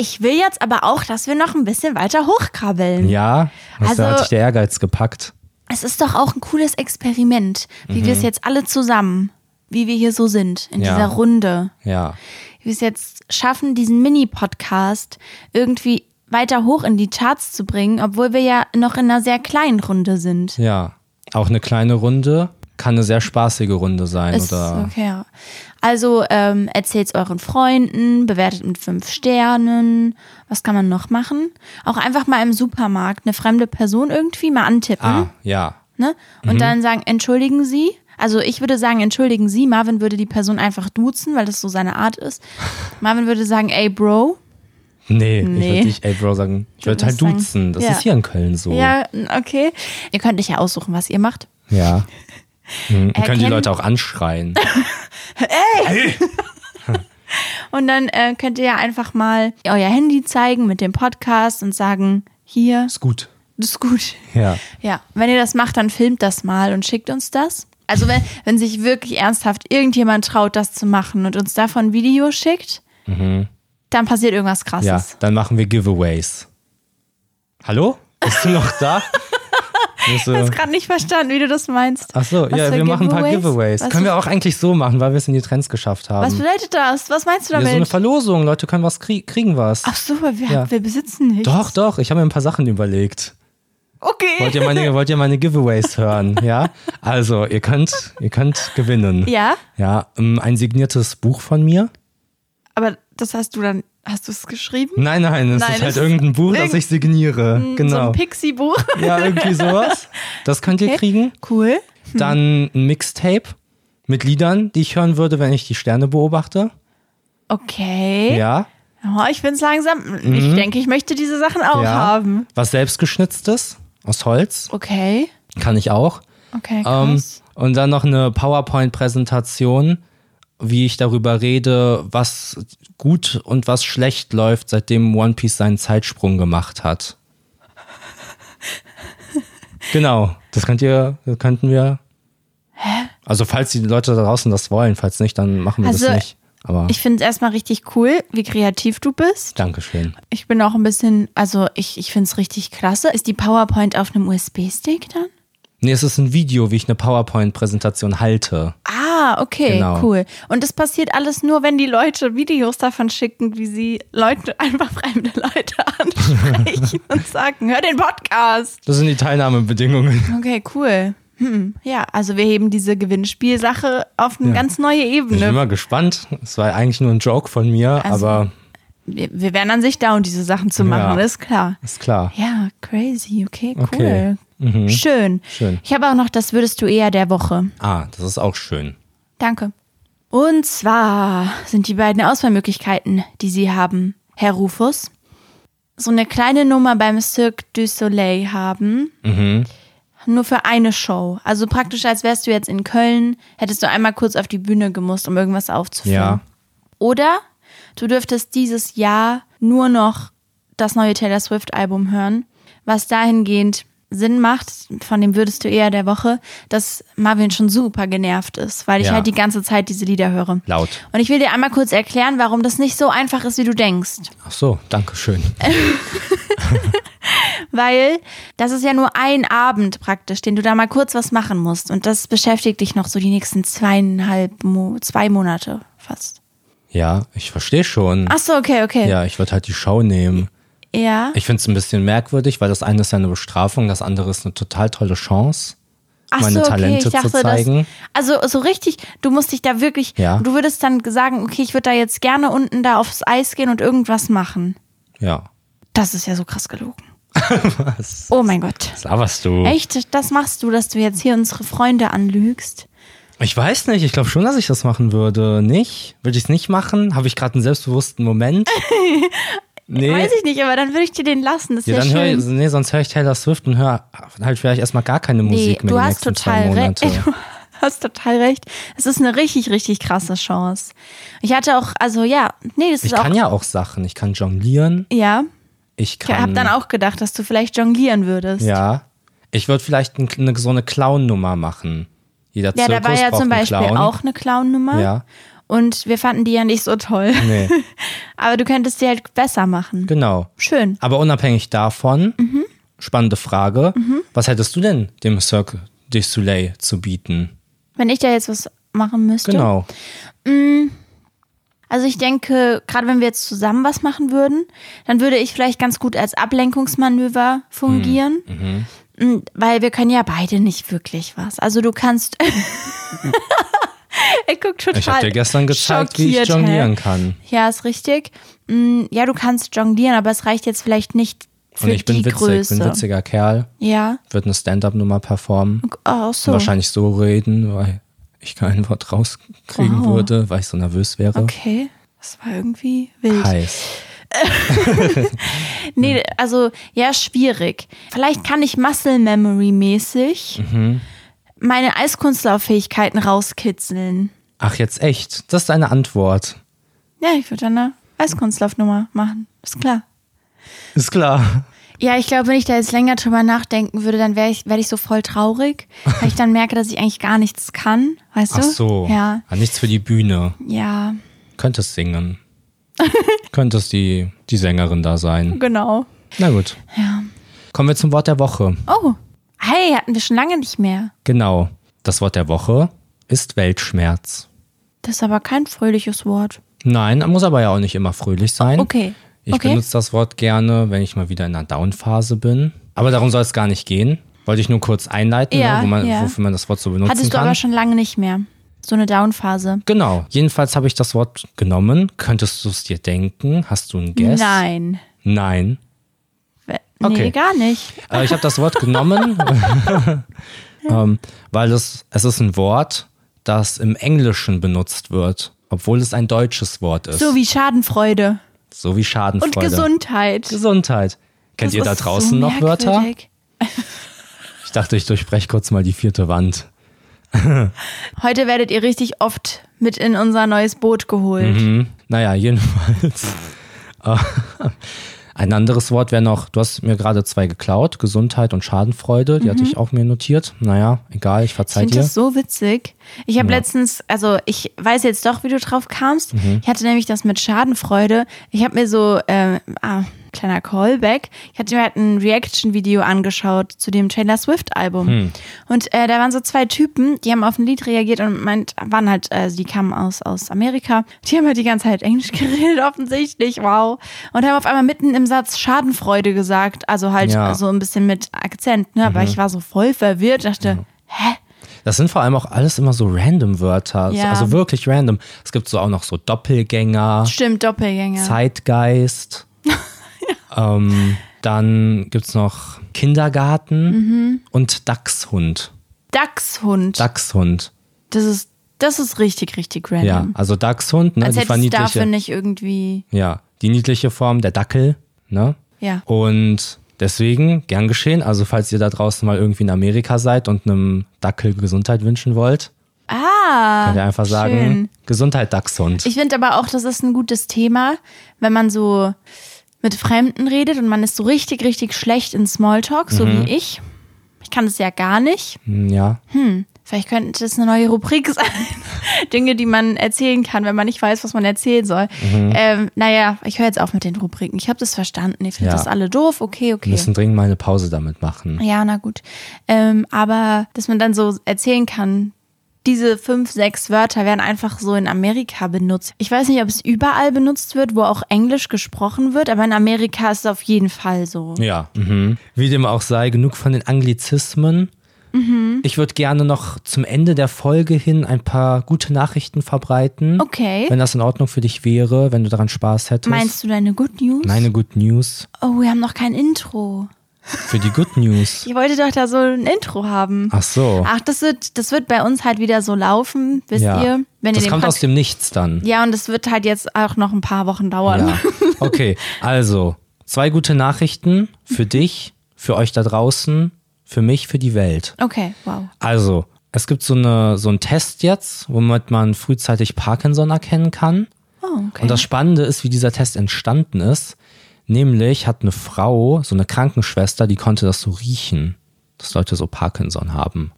[SPEAKER 2] Ich will jetzt aber auch, dass wir noch ein bisschen weiter hochkrabbeln.
[SPEAKER 1] Ja, also, da hat
[SPEAKER 2] Also-
[SPEAKER 1] dich der Ehrgeiz gepackt.
[SPEAKER 2] es ist doch auch ein cooles Experiment, wie wir es jetzt alle zusammen, wie wir hier so sind, in
[SPEAKER 1] Mhm. Ja.
[SPEAKER 2] dieser Runde,
[SPEAKER 1] Ja.
[SPEAKER 2] wie wir es jetzt schaffen, diesen Mini-Podcast irgendwie weiter hoch in die Charts zu bringen, obwohl wir ja noch in einer sehr kleinen Runde sind.
[SPEAKER 1] Ja. Auch eine kleine Runde kann eine sehr spaßige Runde sein,
[SPEAKER 2] Ist
[SPEAKER 1] oder?
[SPEAKER 2] okay. ja. Also ähm, erzählt es euren Freunden, bewertet mit fünf Sternen. Was kann man noch machen? Auch einfach mal im Supermarkt eine fremde Person irgendwie mal antippen.
[SPEAKER 1] Ah, Mhm. ja.
[SPEAKER 2] Ne? Und dann sagen, entschuldigen Sie. Also ich würde sagen, entschuldigen Sie. Marvin würde die Person einfach duzen, weil das so seine Art ist. Marvin würde sagen, ey Bro.
[SPEAKER 1] Nee, ich
[SPEAKER 2] Nee.
[SPEAKER 1] würde dich, ey Bro, sagen, ich
[SPEAKER 2] würd
[SPEAKER 1] würde halt
[SPEAKER 2] was sagen.
[SPEAKER 1] duzen. Das
[SPEAKER 2] Ja.
[SPEAKER 1] ist hier in Köln so.
[SPEAKER 2] Ja, okay. Ihr könnt euch ja aussuchen, was ihr macht.
[SPEAKER 1] Ja. Mhm. Und können die
[SPEAKER 2] Erkennen-
[SPEAKER 1] Leute auch anschreien.
[SPEAKER 2] Und dann äh, könnt ihr ja einfach mal euer Handy zeigen mit dem Podcast und sagen, hier,
[SPEAKER 1] Ist gut.
[SPEAKER 2] das ist gut.
[SPEAKER 1] Ja.
[SPEAKER 2] Ja, wenn ihr das macht, dann filmt das mal und schickt uns das. Also wenn, wenn sich wirklich ernsthaft irgendjemand traut, das zu machen und uns davon ein Video schickt, dann passiert irgendwas Krasses.
[SPEAKER 1] Mhm. Ja, dann machen wir Giveaways. Hallo? Bist du noch da? Bist du-
[SPEAKER 2] Ich habe gerade nicht verstanden, wie du das meinst.
[SPEAKER 1] Ach so,
[SPEAKER 2] Was
[SPEAKER 1] ja,
[SPEAKER 2] für
[SPEAKER 1] wir machen ein paar
[SPEAKER 2] Giveaways?
[SPEAKER 1] Giveaways.
[SPEAKER 2] Was
[SPEAKER 1] können wir
[SPEAKER 2] für-
[SPEAKER 1] auch eigentlich so machen, weil wir es in die Trends geschafft
[SPEAKER 2] Was
[SPEAKER 1] haben.
[SPEAKER 2] bedeutet das? Was meinst du
[SPEAKER 1] Ja, so ähm, eine
[SPEAKER 2] damit?
[SPEAKER 1] Verlosung, Leute können was krie kriegen was.
[SPEAKER 2] Ach so, aber wir,
[SPEAKER 1] Ja.
[SPEAKER 2] wir besitzen nichts.
[SPEAKER 1] Doch, doch, ich habe mir ein paar Sachen überlegt. Wollt
[SPEAKER 2] Okay.
[SPEAKER 1] ihr meine, wollt ihr meine Giveaways hören, ja? Also, ihr könnt, ihr könnt gewinnen.
[SPEAKER 2] Ja,
[SPEAKER 1] Ja, ähm, ein signiertes Buch von mir.
[SPEAKER 2] aber das hast du dann, hast du es geschrieben?
[SPEAKER 1] Nein, nein, es
[SPEAKER 2] Nein,
[SPEAKER 1] ist
[SPEAKER 2] es
[SPEAKER 1] halt
[SPEAKER 2] ist
[SPEAKER 1] irgendein Buch, das
[SPEAKER 2] irgend- hm,
[SPEAKER 1] ich signiere.
[SPEAKER 2] So ein
[SPEAKER 1] Genau.
[SPEAKER 2] Pixie-Buch.
[SPEAKER 1] ja, irgendwie sowas. Das könnt ihr kriegen.
[SPEAKER 2] Cool.
[SPEAKER 1] Dann ein Mixtape mit Liedern, die ich hören würde, wenn ich die Sterne beobachte.
[SPEAKER 2] Okay.
[SPEAKER 1] Ja. Mhm.
[SPEAKER 2] Oh, ich find's langsam. Ich denke, ich möchte diese Sachen auch
[SPEAKER 1] ja.
[SPEAKER 2] haben.
[SPEAKER 1] Was selbstgeschnitztes aus Holz.
[SPEAKER 2] Okay.
[SPEAKER 1] Kann ich auch.
[SPEAKER 2] Okay,
[SPEAKER 1] Ähm,
[SPEAKER 2] krass.
[SPEAKER 1] und dann noch eine PowerPoint-Präsentation, wie ich darüber rede, was gut und was schlecht läuft, seitdem One Piece seinen Zeitsprung gemacht hat. Genau, das könnt ihr, das könnten wir. Hä? Also falls die Leute da draußen das wollen, falls nicht, dann machen wir
[SPEAKER 2] Also,
[SPEAKER 1] das nicht. Aber
[SPEAKER 2] ich find's erstmal richtig cool, wie kreativ du bist.
[SPEAKER 1] Dankeschön.
[SPEAKER 2] Ich bin auch ein bisschen, also ich, ich find's richtig klasse. Ist die PowerPoint auf einem USB-Stick dann?
[SPEAKER 1] Nee, es ist ein Video, wie ich eine PowerPoint-Präsentation halte.
[SPEAKER 2] Ah, okay,
[SPEAKER 1] Genau.
[SPEAKER 2] cool. Und das passiert alles nur, wenn die Leute Videos davon schicken, wie sie Leute, einfach fremde Leute ansprechen und sagen, hör den Podcast.
[SPEAKER 1] Das sind die Teilnahmebedingungen.
[SPEAKER 2] Okay, cool. Hm, ja, also wir heben diese Gewinnspielsache auf eine ganz neue
[SPEAKER 1] Ich bin
[SPEAKER 2] Ebene.
[SPEAKER 1] mal gespannt. Es war eigentlich nur ein Joke von mir,
[SPEAKER 2] ne? Also-
[SPEAKER 1] aber
[SPEAKER 2] Wir, wir wären an sich da, um diese Sachen zu machen,
[SPEAKER 1] Ja.
[SPEAKER 2] das ist klar.
[SPEAKER 1] ist klar.
[SPEAKER 2] Ja, crazy. Okay, cool.
[SPEAKER 1] Okay. Mhm.
[SPEAKER 2] Schön.
[SPEAKER 1] Schön.
[SPEAKER 2] Ich habe auch noch, das würdest du eher der Woche.
[SPEAKER 1] Ah, das ist auch schön.
[SPEAKER 2] Danke. Und zwar sind die beiden Auswahlmöglichkeiten, die Sie haben, Herr Rufus, so eine kleine Nummer beim Cirque du Soleil haben, nur für eine Show. Also praktisch, als wärst du jetzt in Köln, hättest du einmal kurz auf die Bühne gemusst, um irgendwas aufzuführen.
[SPEAKER 1] Ja.
[SPEAKER 2] Oder du dürftest dieses Jahr nur noch das neue Taylor Swift-Album hören, was dahingehend Sinn macht, von dem würdest du eher der Woche, dass Marvin schon super genervt ist, weil ich
[SPEAKER 1] Ja.
[SPEAKER 2] halt die ganze Zeit diese Lieder höre.
[SPEAKER 1] Laut.
[SPEAKER 2] Und ich will dir einmal kurz erklären, warum das nicht so einfach ist, wie du denkst.
[SPEAKER 1] Ach so, danke schön.
[SPEAKER 2] Weil das ist ja nur ein Abend praktisch, den du da mal kurz was machen musst. Und das beschäftigt dich noch so die nächsten zweieinhalb, Mo zwei Monate fast.
[SPEAKER 1] Ja, ich verstehe schon.
[SPEAKER 2] Ach so, okay, okay.
[SPEAKER 1] Ja, ich würde halt die Show nehmen.
[SPEAKER 2] ja.
[SPEAKER 1] Ich finde es ein bisschen merkwürdig, weil das eine ist ja eine Bestrafung, das andere ist eine total tolle Chance.
[SPEAKER 2] Ach
[SPEAKER 1] meine Talente zu zeigen.
[SPEAKER 2] Das, also so richtig, du musst dich da wirklich,
[SPEAKER 1] Ja.
[SPEAKER 2] du würdest dann sagen, okay, ich würde da jetzt gerne unten da aufs Eis gehen und irgendwas machen.
[SPEAKER 1] Ja.
[SPEAKER 2] Das ist ja so krass gelogen. Was? Oh mein Gott.
[SPEAKER 1] Was laberst du?
[SPEAKER 2] Echt, das machst du, dass du jetzt hier unsere Freunde anlügst?
[SPEAKER 1] Ich weiß nicht, ich glaube schon, dass ich das machen würde. Nicht? Würde ich es nicht machen? Habe ich gerade einen selbstbewussten Moment? Nee.
[SPEAKER 2] Weiß ich nicht, aber dann würde ich dir den lassen. Das ist
[SPEAKER 1] ja,
[SPEAKER 2] ja,
[SPEAKER 1] dann höre
[SPEAKER 2] schön.
[SPEAKER 1] ich, nee, sonst höre ich Taylor Swift und höre halt vielleicht erstmal gar keine Musik mehr
[SPEAKER 2] du
[SPEAKER 1] die
[SPEAKER 2] hast
[SPEAKER 1] nächsten
[SPEAKER 2] total
[SPEAKER 1] zwei
[SPEAKER 2] recht.
[SPEAKER 1] Monate.
[SPEAKER 2] Du hast total recht. Es ist eine richtig, richtig krasse Chance. Ich hatte auch, also ja, nee, das
[SPEAKER 1] Ich
[SPEAKER 2] ist auch,
[SPEAKER 1] kann ja auch Sachen. Ich kann jonglieren.
[SPEAKER 2] ja.
[SPEAKER 1] Ich
[SPEAKER 2] Ich habe
[SPEAKER 1] kann.
[SPEAKER 2] dann auch gedacht, dass du vielleicht jonglieren würdest.
[SPEAKER 1] ja. Ich würde vielleicht ein- eine, so eine Clown-Nummer machen. Jeder
[SPEAKER 2] Ja,
[SPEAKER 1] Zirkus
[SPEAKER 2] da war ja
[SPEAKER 1] braucht
[SPEAKER 2] zum
[SPEAKER 1] einen
[SPEAKER 2] Beispiel
[SPEAKER 1] Clown.
[SPEAKER 2] auch eine Clown-Nummer.
[SPEAKER 1] Ja.
[SPEAKER 2] Und wir fanden die ja nicht so toll.
[SPEAKER 1] Nee,
[SPEAKER 2] Aber du könntest die halt besser machen.
[SPEAKER 1] genau.
[SPEAKER 2] Schön.
[SPEAKER 1] Aber unabhängig davon,
[SPEAKER 2] Mhm.
[SPEAKER 1] spannende Frage, was hättest du denn dem Cirque du Soleil zu bieten?
[SPEAKER 2] Wenn ich da jetzt was machen müsste.
[SPEAKER 1] Genau.
[SPEAKER 2] Also ich denke, gerade wenn wir jetzt zusammen was machen würden, dann würde ich vielleicht ganz gut als Ablenkungsmanöver fungieren.
[SPEAKER 1] Hm, mhm.
[SPEAKER 2] Mm, Weil wir können ja beide nicht wirklich was. Also du kannst. er guckt total.
[SPEAKER 1] Ich habe dir gestern gezeigt, wie ich
[SPEAKER 2] schockiert, hä?
[SPEAKER 1] jonglieren kann.
[SPEAKER 2] Ja, ist richtig. Mm, Ja, du kannst jonglieren, aber es reicht jetzt vielleicht nicht für
[SPEAKER 1] Und Oh ich bin
[SPEAKER 2] die
[SPEAKER 1] witzig,
[SPEAKER 2] Größe.
[SPEAKER 1] bin witziger Kerl,
[SPEAKER 2] Ja. Oh,
[SPEAKER 1] würde eine Stand-up-Nummer performen,
[SPEAKER 2] Ach so.
[SPEAKER 1] wahrscheinlich so reden, weil ich kein Wort rauskriegen
[SPEAKER 2] Wow.
[SPEAKER 1] würde, weil ich so nervös wäre.
[SPEAKER 2] Okay. Das war irgendwie wild.
[SPEAKER 1] Heiß. ne.
[SPEAKER 2] Nee, also ja, schwierig. Vielleicht kann ich Muscle Memory mäßig
[SPEAKER 1] Mhm.
[SPEAKER 2] meine Eiskunstlauffähigkeiten rauskitzeln.
[SPEAKER 1] Ach, jetzt echt? Das ist deine Antwort.
[SPEAKER 2] Ja, ich würde dann eine Eiskunstlaufnummer machen. Ist klar.
[SPEAKER 1] Ist klar.
[SPEAKER 2] Ja, ich glaube, wenn ich da jetzt länger drüber nachdenken würde, dann wäre ich, werde ich so voll traurig, weil ich dann merke, dass ich eigentlich gar nichts kann. Weißt
[SPEAKER 1] Ach
[SPEAKER 2] du?
[SPEAKER 1] so.
[SPEAKER 2] Ja,
[SPEAKER 1] Ah, Nichts für die Bühne.
[SPEAKER 2] ja,
[SPEAKER 1] Könntest singen. Könntest die, die Sängerin da sein.
[SPEAKER 2] genau.
[SPEAKER 1] Na gut.
[SPEAKER 2] Ja.
[SPEAKER 1] Kommen wir zum Wort der Woche.
[SPEAKER 2] Oh, hey, hatten wir schon lange nicht mehr.
[SPEAKER 1] Genau. Das Wort der Woche ist Weltschmerz.
[SPEAKER 2] Das ist aber kein fröhliches Wort.
[SPEAKER 1] Nein, muss aber ja auch nicht immer fröhlich sein.
[SPEAKER 2] Okay.
[SPEAKER 1] Hm. Ich
[SPEAKER 2] okay.
[SPEAKER 1] benutze das Wort gerne, wenn ich mal wieder in einer Down-Phase bin. Aber darum soll es gar nicht gehen. Wollte ich nur kurz einleiten,
[SPEAKER 2] Ja,
[SPEAKER 1] ne, wo man,
[SPEAKER 2] ja.
[SPEAKER 1] wofür man das Wort so benutzen
[SPEAKER 2] Hattest du
[SPEAKER 1] kann.
[SPEAKER 2] aber schon lange nicht mehr. So eine Down-Phase.
[SPEAKER 1] genau. Jedenfalls habe ich das Wort genommen. Könntest du es dir denken? Hast du einen Guess?
[SPEAKER 2] Nein.
[SPEAKER 1] Nein.
[SPEAKER 2] We- Nee,
[SPEAKER 1] Okay.
[SPEAKER 2] gar nicht.
[SPEAKER 1] Äh, ich habe das Wort genommen, ähm, weil es, es ist ein Wort, das im Englischen benutzt wird, obwohl es ein deutsches Wort ist.
[SPEAKER 2] So wie Schadenfreude
[SPEAKER 1] So wie
[SPEAKER 2] und
[SPEAKER 1] Schadenfreude.
[SPEAKER 2] Gesundheit.
[SPEAKER 1] Gesundheit. Kennt
[SPEAKER 2] Das
[SPEAKER 1] ihr da
[SPEAKER 2] ist so
[SPEAKER 1] draußen noch Wörter?
[SPEAKER 2] merkwürdig.
[SPEAKER 1] Ich dachte, ich durchbreche kurz mal die vierte Wand.
[SPEAKER 2] Heute werdet ihr richtig oft mit in unser neues Boot geholt.
[SPEAKER 1] Hm. Naja, jedenfalls. Äh, Ein anderes Wort wäre noch, du hast mir gerade zwei geklaut, Gesundheit und Schadenfreude, die hatte ich auch mir notiert. Naja, egal, ich
[SPEAKER 2] Ich
[SPEAKER 1] verzeih
[SPEAKER 2] finde
[SPEAKER 1] dir.
[SPEAKER 2] Mhm. das so witzig, Ich habe letztens, also ich weiß jetzt doch, wie du drauf kamst. Ich hatte nämlich das mit Schadenfreude. Ich habe mir so, ähm, ah, kleiner Callback, ich hatte mir halt ein Reaction-Video angeschaut zu dem Taylor Swift-Album. Und äh, da waren so zwei Typen, die haben auf ein Lied reagiert und meint, waren halt, also die kamen aus, aus Amerika. Die haben halt die ganze Zeit Englisch geredet, offensichtlich, wow. Und haben auf einmal mitten im Satz Schadenfreude gesagt. Also halt
[SPEAKER 1] Ja.
[SPEAKER 2] so ein bisschen mit Akzent, ne? Aber ich war so voll verwirrt, dachte, hä?
[SPEAKER 1] Das sind vor allem auch alles immer so random Wörter.
[SPEAKER 2] Ja.
[SPEAKER 1] Also wirklich random. Es gibt so auch noch so Doppelgänger,
[SPEAKER 2] Stimmt, Doppelgänger.
[SPEAKER 1] Zeitgeist. ähm, dann gibt es noch Kindergarten
[SPEAKER 2] Mhm.
[SPEAKER 1] und Dachshund.
[SPEAKER 2] Dachshund.
[SPEAKER 1] Dachshund.
[SPEAKER 2] das ist das ist richtig richtig random.
[SPEAKER 1] Ja, also Dachshund, ne?
[SPEAKER 2] Mhm. Als
[SPEAKER 1] die
[SPEAKER 2] hätte es dafür
[SPEAKER 1] verniedliche.
[SPEAKER 2] nicht irgendwie
[SPEAKER 1] Ja, die niedliche Form, der Dackel, ne?
[SPEAKER 2] ja.
[SPEAKER 1] Und deswegen gern geschehen. Also, falls ihr da draußen mal irgendwie in Amerika seid und einem Dackel Gesundheit wünschen wollt,
[SPEAKER 2] Ah.
[SPEAKER 1] könnt ihr einfach sagen:
[SPEAKER 2] Schön.
[SPEAKER 1] Gesundheit, Dachshund.
[SPEAKER 2] Ich finde aber auch, das ist ein gutes Thema, wenn man so mit Fremden redet und man ist so richtig richtig schlecht in Smalltalk, so
[SPEAKER 1] Mhm.
[SPEAKER 2] wie ich. Ich kann das ja gar nicht.
[SPEAKER 1] Hm, ja.
[SPEAKER 2] Vielleicht könnte das eine neue Rubrik sein. Dinge, die man erzählen kann, wenn man nicht weiß, was man erzählen soll.
[SPEAKER 1] Mhm.
[SPEAKER 2] Ähm, naja, ich höre jetzt auf mit den Rubriken. Ich habe das verstanden. Ihr findet
[SPEAKER 1] Ja.
[SPEAKER 2] das alle doof. Okay, okay.
[SPEAKER 1] Wir müssen dringend mal eine Pause damit machen.
[SPEAKER 2] Ja, na gut. Ähm, aber dass man dann so erzählen kann, diese fünf, sechs Wörter werden einfach so in Amerika benutzt. Ich weiß nicht, ob es überall benutzt wird, wo auch Englisch gesprochen wird, aber in Amerika ist es auf jeden Fall so.
[SPEAKER 1] Ja. Mhm. Wie dem auch sei, genug von den Anglizismen.
[SPEAKER 2] Mhm.
[SPEAKER 1] Ich würde gerne noch zum Ende der Folge hin ein paar gute Nachrichten verbreiten.
[SPEAKER 2] Okay.
[SPEAKER 1] Wenn das in Ordnung für dich wäre, wenn du daran Spaß hättest.
[SPEAKER 2] Meinst du deine Good News?
[SPEAKER 1] Meine Good News.
[SPEAKER 2] Oh, wir haben noch kein Intro.
[SPEAKER 1] Für die Good News.
[SPEAKER 2] Ich wollte doch da so ein Intro haben.
[SPEAKER 1] Ach so.
[SPEAKER 2] Ach, das wird, das wird bei uns halt wieder so laufen, wisst
[SPEAKER 1] ja.
[SPEAKER 2] ihr? Wenn
[SPEAKER 1] das
[SPEAKER 2] ihr den
[SPEAKER 1] kommt
[SPEAKER 2] Pod-
[SPEAKER 1] aus dem Nichts dann.
[SPEAKER 2] Ja, und das wird halt jetzt auch noch ein paar Wochen dauern.
[SPEAKER 1] Ja. Okay, also zwei gute Nachrichten für dich, für euch da draußen, für mich, für die Welt.
[SPEAKER 2] Okay, wow.
[SPEAKER 1] Also, es gibt so, eine, so einen Test jetzt, womit man frühzeitig Parkinson erkennen kann.
[SPEAKER 2] Oh, okay.
[SPEAKER 1] Und das Spannende ist, wie dieser Test entstanden ist. Nämlich hat eine Frau, so eine Krankenschwester, die konnte das so riechen, dass Leute so Parkinson haben.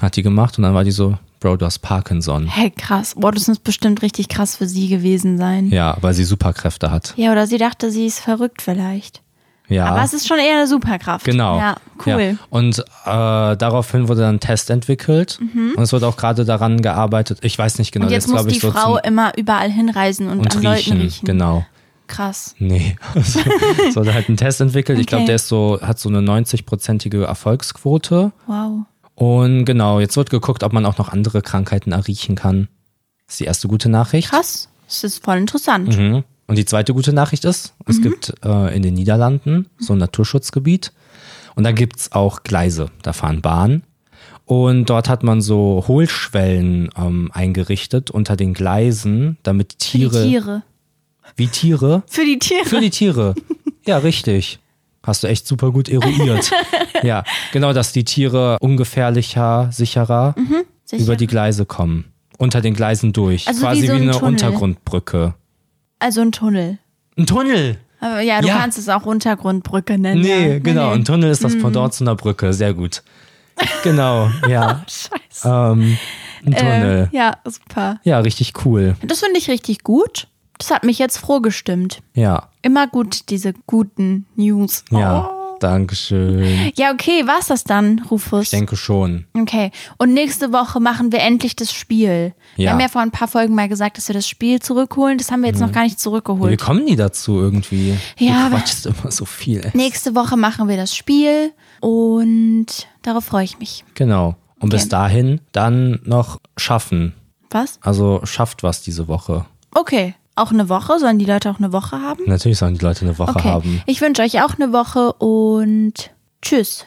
[SPEAKER 1] Hat die gemacht und dann war die so, Bro, du hast Parkinson.
[SPEAKER 2] Hey, krass. Boah, das muss bestimmt richtig krass für sie gewesen sein. Ja,
[SPEAKER 1] Ja, weil sie Superkräfte hat.
[SPEAKER 2] oder sie dachte, sie ist verrückt vielleicht.
[SPEAKER 1] Ja.
[SPEAKER 2] Aber es ist schon eher eine Superkraft.
[SPEAKER 1] Genau.
[SPEAKER 2] Ja, cool.
[SPEAKER 1] Ja. Und äh, daraufhin wurde dann ein Test entwickelt und es wird auch gerade daran gearbeitet. Ich weiß nicht genau,
[SPEAKER 2] Mhm. Und jetzt
[SPEAKER 1] das
[SPEAKER 2] muss
[SPEAKER 1] glaube
[SPEAKER 2] die
[SPEAKER 1] ich so
[SPEAKER 2] Frau
[SPEAKER 1] zum,
[SPEAKER 2] immer überall hinreisen und,
[SPEAKER 1] und
[SPEAKER 2] an
[SPEAKER 1] riechen.
[SPEAKER 2] Leuten riechen.
[SPEAKER 1] Genau.
[SPEAKER 2] Krass.
[SPEAKER 1] Nee. Also, es wurde halt ein Test entwickelt. Ich glaube,
[SPEAKER 2] Okay.
[SPEAKER 1] der ist so, hat so eine 90-prozentige Erfolgsquote.
[SPEAKER 2] Wow.
[SPEAKER 1] Und genau, jetzt wird geguckt, ob man auch noch andere Krankheiten erriechen kann. Das ist die erste gute Nachricht.
[SPEAKER 2] Krass. Das ist voll interessant.
[SPEAKER 1] Mhm. Und die zweite gute Nachricht ist,
[SPEAKER 2] Mhm.
[SPEAKER 1] es gibt äh, in den Niederlanden so ein Naturschutzgebiet und da gibt's auch Gleise, da fahren Bahnen. Und dort hat man so Hohlschwellen ähm, eingerichtet unter den Gleisen, damit
[SPEAKER 2] Für
[SPEAKER 1] Tiere,
[SPEAKER 2] die Tiere.
[SPEAKER 1] wie Tiere,
[SPEAKER 2] Für die Tiere.
[SPEAKER 1] für die Tiere. Ja, richtig. Hast du echt super gut eruiert. ja, genau, dass die Tiere ungefährlicher, sicherer
[SPEAKER 2] Sicher.
[SPEAKER 1] über die Gleise kommen. Unter den Gleisen durch.
[SPEAKER 2] Also wie
[SPEAKER 1] Quasi wie,
[SPEAKER 2] so ein
[SPEAKER 1] eine
[SPEAKER 2] Tunnel.
[SPEAKER 1] Untergrundbrücke.
[SPEAKER 2] also ein Tunnel.
[SPEAKER 1] Ein Tunnel!
[SPEAKER 2] Aber ja, du
[SPEAKER 1] Ja.
[SPEAKER 2] kannst es auch Untergrundbrücke nennen.
[SPEAKER 1] Nee,
[SPEAKER 2] ja. Mhm.
[SPEAKER 1] genau. Ein Tunnel ist das Pendant zu einer Brücke. Sehr gut. Genau, ja.
[SPEAKER 2] Oh, Scheiße.
[SPEAKER 1] ähm, ein Tunnel.
[SPEAKER 2] Ähm, ja, super.
[SPEAKER 1] Ja, richtig cool.
[SPEAKER 2] Das finde ich richtig gut. Das hat mich jetzt froh gestimmt.
[SPEAKER 1] Ja,
[SPEAKER 2] Immer gut, diese guten News.
[SPEAKER 1] ja.
[SPEAKER 2] Oh.
[SPEAKER 1] Dankeschön.
[SPEAKER 2] Ja, okay, war's das dann, Rufus?
[SPEAKER 1] Ich denke schon.
[SPEAKER 2] Okay. Und nächste Woche machen wir endlich das Spiel. Wir
[SPEAKER 1] Ja. Mhm.
[SPEAKER 2] haben ja vor ein paar Folgen mal gesagt, dass wir das Spiel zurückholen. Das haben wir jetzt noch gar nicht
[SPEAKER 1] Wir
[SPEAKER 2] zurückgeholt.
[SPEAKER 1] kommen nie dazu irgendwie.
[SPEAKER 2] Ja,
[SPEAKER 1] du
[SPEAKER 2] aber-
[SPEAKER 1] quatschst immer so viel. Ey.
[SPEAKER 2] Nächste Woche machen wir das Spiel und darauf freue ich mich.
[SPEAKER 1] Genau. Und bis
[SPEAKER 2] Okay.
[SPEAKER 1] dahin dann noch schaffen.
[SPEAKER 2] Was?
[SPEAKER 1] Also schafft was diese Woche.
[SPEAKER 2] Okay. Auch eine Woche? Sollen die Leute auch eine Woche haben?
[SPEAKER 1] Natürlich sollen die Leute eine Woche
[SPEAKER 2] Okay.
[SPEAKER 1] haben.
[SPEAKER 2] Ich wünsche euch auch eine Woche und tschüss.